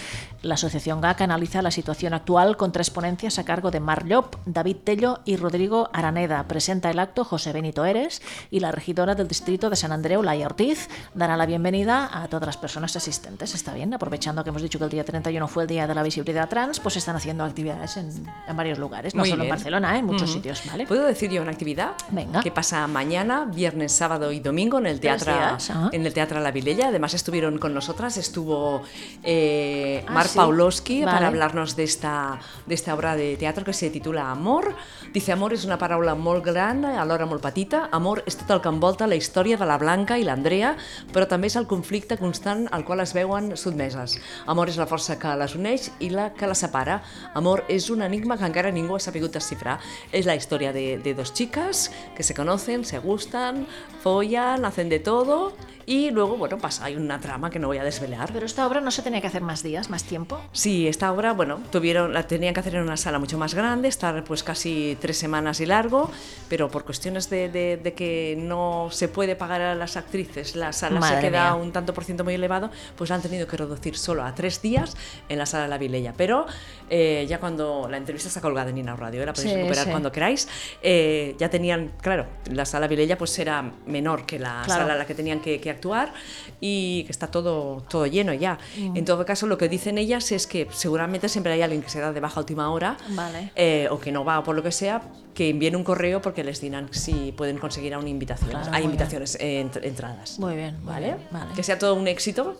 La Asociación GAC analiza la situación actual con tres ponencias a cargo de Mar Llop, David Tello y Rodrigo Araneda. Presenta el acto José Benito Eres y la regidora del distrito de San Andreu, Laia Ortiz, dará la bienvenida a todas las personas asistentes. Está bien, aprovechando que hemos dicho que el día 31 fue el Día de la Visibilidad Trans, pues están haciendo actividades en, en varios lugares, no
Muy
solo en
bien.
Barcelona, ¿eh? en muchos
Ujú.
sitios, ¿vale?
pues, ¿Puedo decir yo una actividad?
Venga.
Que pasa mañana, viernes, sábado y domingo en el
Tres
Teatro,
días, ah.
en el teatro La Vilella. Además estuvieron con nosotras, estuvo eh,
Ah,
Mar
sí.
Paulowski
Vale.
para hablarnos de esta, de esta obra de teatro que se titula Amor. Dice, amor és una paraula molt gran, alhora molt petita. Amor és tot el que envolta la història de la Blanca i l'Andrea, però també és el conflicte constant al qual es veuen sotmeses. Amor és la força que les uneix i la que les separa. Amor és un enigma que encara ningú ha sabut desxifrar. És la història de, de dos chicas que se conocen, se gustan, follan, hacen de todo y luego, bueno, pasa, hay una trama que no voy a desvelar.
Pero esta obra no se tenía que hacer más días, más tiempo.
Sí, esta obra, bueno, tuvieron, la tenían que hacer en una sala mucho más grande, estar pues casi tres semanas y largo, pero por cuestiones de, de- de que no se puede pagar a las actrices, la sala
Madre
se queda
mía.
un tanto por ciento muy elevado, pues la han tenido que reducir solo a tres días en la sala de la Vilella. Pero eh, ya cuando la entrevista está colgada en Inau Radio, la podéis
Sí,
recuperar
sí.
cuando queráis, eh, ya tenían, claro, la sala Vilella pues era menor que la
Claro.
sala a la que tenían que, que actuar y que está todo, todo lleno ya.
Mm.
En todo caso, lo que dicen ellas es que seguramente siempre hay alguien que se da de baja a última hora
Vale.
eh, o que no va o por lo que sea, que envíen un correo porque les dirán si pueden conseguir aún invitaciones.
Claro, muy
hay
bien.
invitaciones, eh, ent- entradas.
Muy bien,
¿Vale?
vale.
Que sea todo un éxito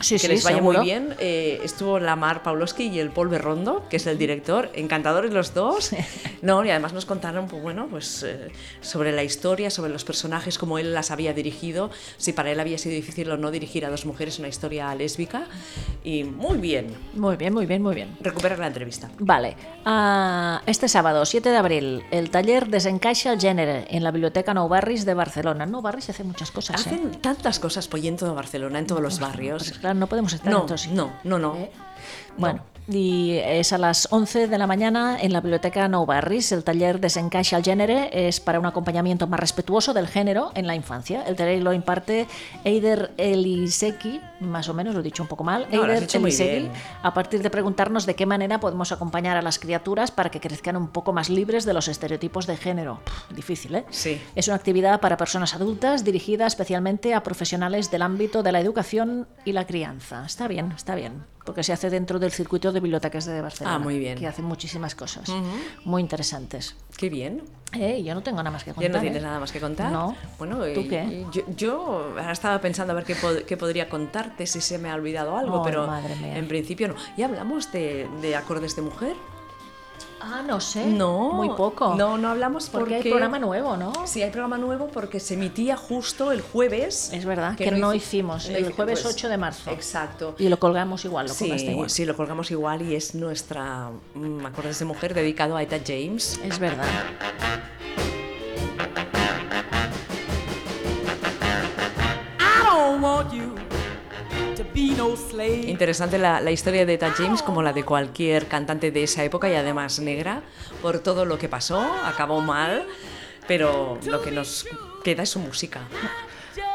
Sí,
que
sí,
les vaya
seguro.
muy bien. Eh, estuvo la Mar Pawlowski y el Paul Berrondo, que es el director. Encantadores los dos. No, y además nos contaron pues, bueno, pues, eh, sobre la historia, sobre los personajes, cómo él las había dirigido, si para él había sido difícil o no dirigir a dos mujeres una historia lésbica. Y muy bien.
Muy bien, muy bien, muy bien.
Recuperar la entrevista.
Vale, ah, este sábado 7 de abril, el taller Desencaixa el Género en la Biblioteca Nou Barris de Barcelona. Nou Barris hace muchas cosas. ¿eh?
Hacen tantas cosas por ahí en todo Barcelona, en todos los barrios.
Claro, no podemos estar
No,
en todos
no, no, no.
Bueno, Eh, y es a las 11 de la mañana en la Biblioteca Nou Barris. El taller Desencaixa al Género es para un acompañamiento más respetuoso del género en la infancia. El taller lo imparte Eider Eliseki, más o menos, lo he dicho un poco mal.
No, lo has
Eider
dicho muy
Eliseki,
bien.
a partir de preguntarnos de qué manera podemos acompañar a las criaturas para que crezcan un poco más libres de los estereotipos de género. Pff, difícil, ¿eh?
Sí.
Es una actividad para personas adultas dirigida especialmente a profesionales del ámbito de la educación y la crianza. Está bien, está bien. Porque se hace dentro del circuito de bibliotecas de Barcelona.
Ah, muy bien.
Que hacen muchísimas cosas.
Ujú.
Muy interesantes.
Qué bien.
Eh, yo no tengo nada más que contar.
Ya no tienes
¿eh?
nada más que contar.
No.
Bueno,
¿Tú
y-
qué?
y Yo, yo ahora estaba pensando a ver qué, pod- qué podría contarte si se me ha olvidado algo,
Oh,
pero
madre mía.
en principio no. ¿Y hablamos de, de acordes de mujer?
Ah, no sé.
No.
Muy poco.
No, no hablamos porque,
Porque hay programa nuevo, ¿no?
Sí, hay programa nuevo porque se emitía justo el jueves.
Es verdad, que no hicimos, el jueves 8 de marzo.
pues, Exacto.
Y lo colgamos igual, lo
sí,
colgaste igual.
sí, lo colgamos igual y es nuestra mm, acordes de mujer dedicado a Eta James.
Es verdad.
I don't want you to be no slave.
Interesante la, la historia de Eta James, como la de cualquier cantante de esa época y además negra, por todo lo que pasó, acabó mal, pero lo que nos queda es su música.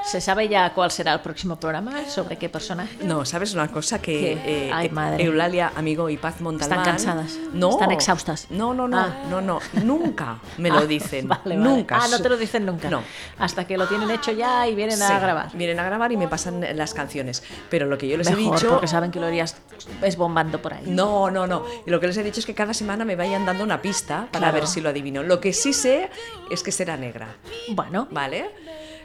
¿Se sabe ya cuál será el próximo programa? ¿Sobre qué personaje?
No, ¿sabes una cosa? Que
¿Qué?
eh,
Ay, madre.
Eulalia, amigo y Paz Montalbán...
Están cansadas.
No.
Están exhaustas.
No, no, no,
Ah.
no, no, nunca me
Ah,
lo dicen.
<laughs> vale, vale.
Nunca.
Ah, no te lo dicen nunca.
No.
Hasta que lo tienen hecho ya y vienen
Sí,
a grabar.
Vienen a grabar y me pasan las canciones. Pero lo que yo les
Mejor,
he dicho...
porque saben que lo irías esbombando por ahí.
No, no, no. Y lo que les he dicho es que cada semana me vayan dando una pista para
Claro.
ver si lo adivino. Lo que sí sé es que será negra.
Bueno.
¿Vale?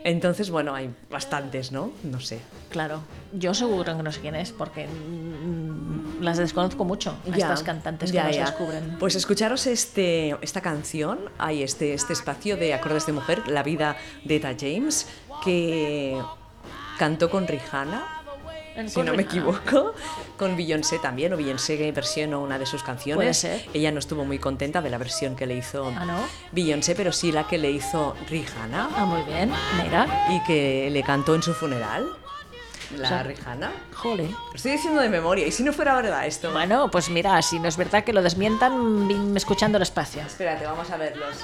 Entonces, bueno, hay bastantes, ¿no? No sé.
Claro. Yo seguro que no sé quién es, porque mm, las desconozco mucho, a
Ya,
estas cantantes
ya,
que nos
ya.
descubren.
Pues escucharos este, esta canción, hay este, este espacio de acordes de mujer, La vida de Eta James, que cantó con Rihanna, si no me equivoco, con Beyoncé también, o Beyoncé que versionó una de sus canciones.
Puede ser.
Ella no estuvo muy contenta de la versión que le hizo
Ah, ¿no?
Beyoncé, pero sí la que le hizo Rihanna.
Ah, muy bien. Mira.
Y que le cantó en su funeral. La
O sea,
Rihanna.
Jole.
Lo estoy diciendo de memoria, y si no fuera verdad esto.
Bueno, pues mira, si no es verdad que lo desmientan mm, escuchando el espacio.
Espérate, vamos a verlos.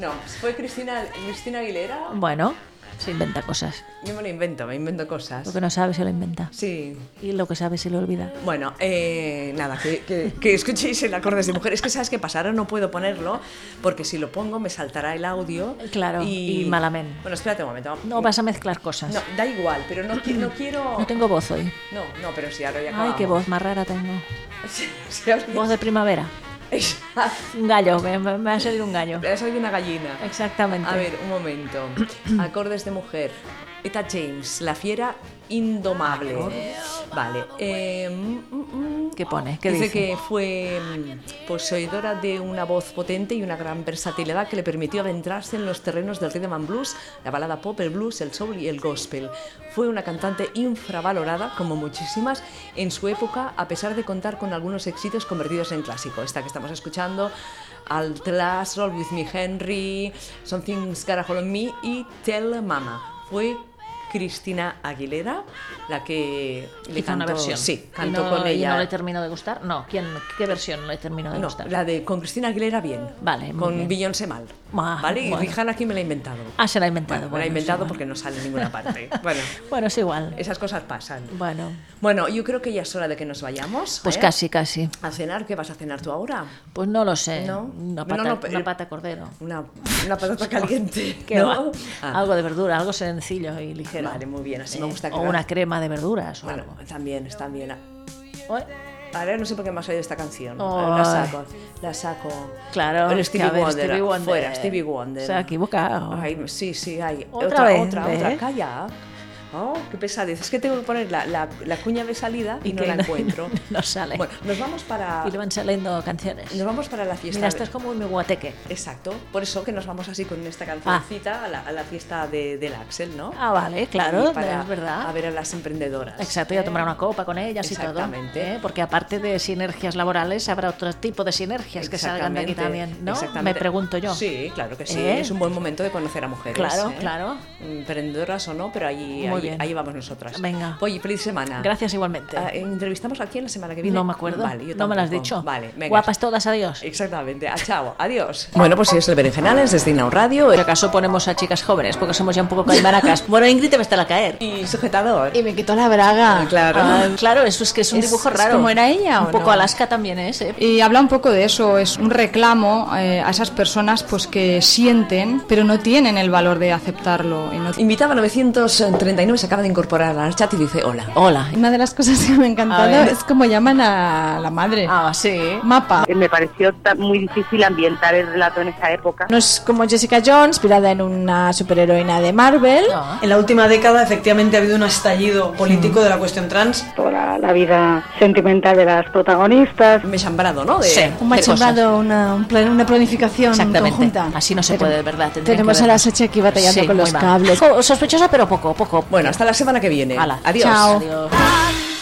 No, fue Cristina, Cristina Aguilera.
Bueno, se inventa cosas.
Yo me lo invento, me invento cosas.
Lo que no sabe se lo inventa.
Sí.
Y lo que sabe se lo olvida.
Bueno, eh, nada, que, que- que escuchéis el acordes de mujer. Es que sabes qué pasa, ahora no puedo ponerlo porque si lo pongo me saltará el audio.
Claro, y malamente.
Bueno, espérate un momento.
No vas a mezclar cosas.
No, da igual, pero no, qui- no quiero.
No tengo voz hoy.
No, no, pero si ahora ya
Ay,
acabamos.
qué voz más rara tengo.
<laughs> Sí, sí, ahora- <laughs>
Voz de primavera. Un gallo, me, me- me ha salido un gallo.
Me ha salido una gallina.
Exactamente.
A ver, un momento.
<clears throat>
Acordes de mujer. Eta James, la fiera indomable. Vale. eh, mm, mm, mm.
¿Qué pone? ¿Qué
dice,
dice?
que fue mm, poseedora de una voz potente y una gran versatilidad que le permitió adentrarse en los terrenos del rhythm and blues, la balada pop, el blues, el soul y el gospel. Fue una cantante infravalorada, como muchísimas, en su época, a pesar de contar con algunos éxitos convertidos en clásico. Esta que estamos escuchando, Al Class, Roll With Me Henry, Something's Gotta Hold On Me y Tell Mama. Fue Cristina Aguilera la que le
Hizo
cantó,
una versión.
Sí,
Y
cantó
no-
con
y
ella.
no le termino de gustar. No, ¿quién, ¿qué versión no le termino de
No,
gustar?
la de con Cristina Aguilera bien.
Vale, muy
Con
bien.
Beyoncé mal.
Ah,
¿Vale? Y
bueno.
Rihanna aquí me la he inventado.
Ah, se la ha inventado.
me la he
bueno, es
inventado
igual.
porque no sale en ninguna
<laughs>
parte. Bueno,
Bueno, es ¿Eh? igual.
esas cosas pasan.
Bueno,
Bueno, yo creo que ya es hora de que nos vayamos.
pues
¿eh?
casi, casi.
¿A cenar? ¿Qué vas a cenar tú ahora?
Pues no lo sé.
¿No?
Una
No,
pata,
no, pero-
una pata cordero.
Una, una
<laughs>
patata caliente.
¿Qué
¿no?
va?
Ah,
<laughs> Algo de verdura, algo sencillo y ligero.
Vale, muy bien, así me
Eh,
gusta que
O
va.
una crema de verduras o
Bueno,
algo.
también, están bien.
Oye.
Ahora no sé por qué me ha salido esta canción.
Ay.
La saco. La saco.
Claro,
El
es que,
Stevie,
a ver,
Wonder,
Stevie Wonder.
Fuera, Stevie Wonder.
Se ha equivocado.
Ay, sí, sí, hay.
Otra
Otra, otra,
vez,
otra,
¿eh?
Calla. Oh, qué pesadez. Es que tengo que poner la, la- la cuña de salida y,
Y
no
que
la
no- <laughs>
encuentro.
no sale.
Bueno, ah, nos vamos para.
Y le van saliendo canciones.
Nos vamos para la fiesta.
Mira, esto es como un guateque.
Exacto. Por eso que nos vamos así con esta cancioncita a, la, a la fiesta de- del Axel, ¿no?
Ah, vale, claro,
Y para-
es verdad.
A ver a las emprendedoras.
Exacto, y a tomar una copa con ellas y todo.
Exactamente.
¿eh? Porque aparte de sinergias laborales, habrá otro tipo de sinergias que salgan de aquí también, ¿no? Me
Exactamente.
pregunto yo.
Sí, claro que sí.
¿Eh?
Es un buen momento de conocer a mujeres.
Claro,
¿eh?
claro.
Emprendedoras o no, pero allí,
Muy
ahí,
bien.
ahí vamos nosotras.
Venga.
Oye, feliz semana.
Gracias igualmente.
Ah, ¿Entrevistamos a quién la semana que viene?
No me acuerdo.
Vale, yo
No me lo has
tampoco.
dicho.
Vale, venga.
Guapas todas, adiós.
Exactamente. Ah, chao, adiós. Bueno, pues sí, es el Berenjenales desde Inau Radio.
Por acaso ponemos a chicas jóvenes, porque somos ya un poco calmaracas. <laughs> bueno, Ingrid te va a estar a caer.
Y sujetador.
Y me quitó la braga.
claro.
Ah, claro, eso es que es un
Es-
dibujo
es
raro.
como era ella,
Un
¿o
poco
no?
Alaska también es, ¿eh?
Y habla un poco de eso, es un reclamo eh, a esas personas pues que sienten, pero no tienen el valor de aceptarlo. y no-
Invitaba 939, se acaba de incorporar al chat y dice hola.
Hola.
Una de las cosas que me ha
A
encantado
ver.
es como llaman a la madre.
Ah, sí.
Mapa.
Eh, Me pareció ta- muy difícil ambientar el relato en esa época.
No es como Jessica Jones, inspirada en una superheroína de Marvel.
Ah.
En la última década, efectivamente, ha habido un estallido
Mm.
político de la cuestión trans.
Toda la vida sentimental de las protagonistas.
Me chambrado, ¿no? De-
Sí,
Un
qué cosas.
machembrado, una, un plan- una planificación
Exactamente.
conjunta.
Así no se puede, de verdad. tendrían que
tenemos a la
vernos.
Sacha aquí batallando con los
muy mal.
cables.
Co- Sospechosa, pero poco, poco.
Bueno, hasta la semana que viene.
Hala.
Adiós.
Chao.
Adiós.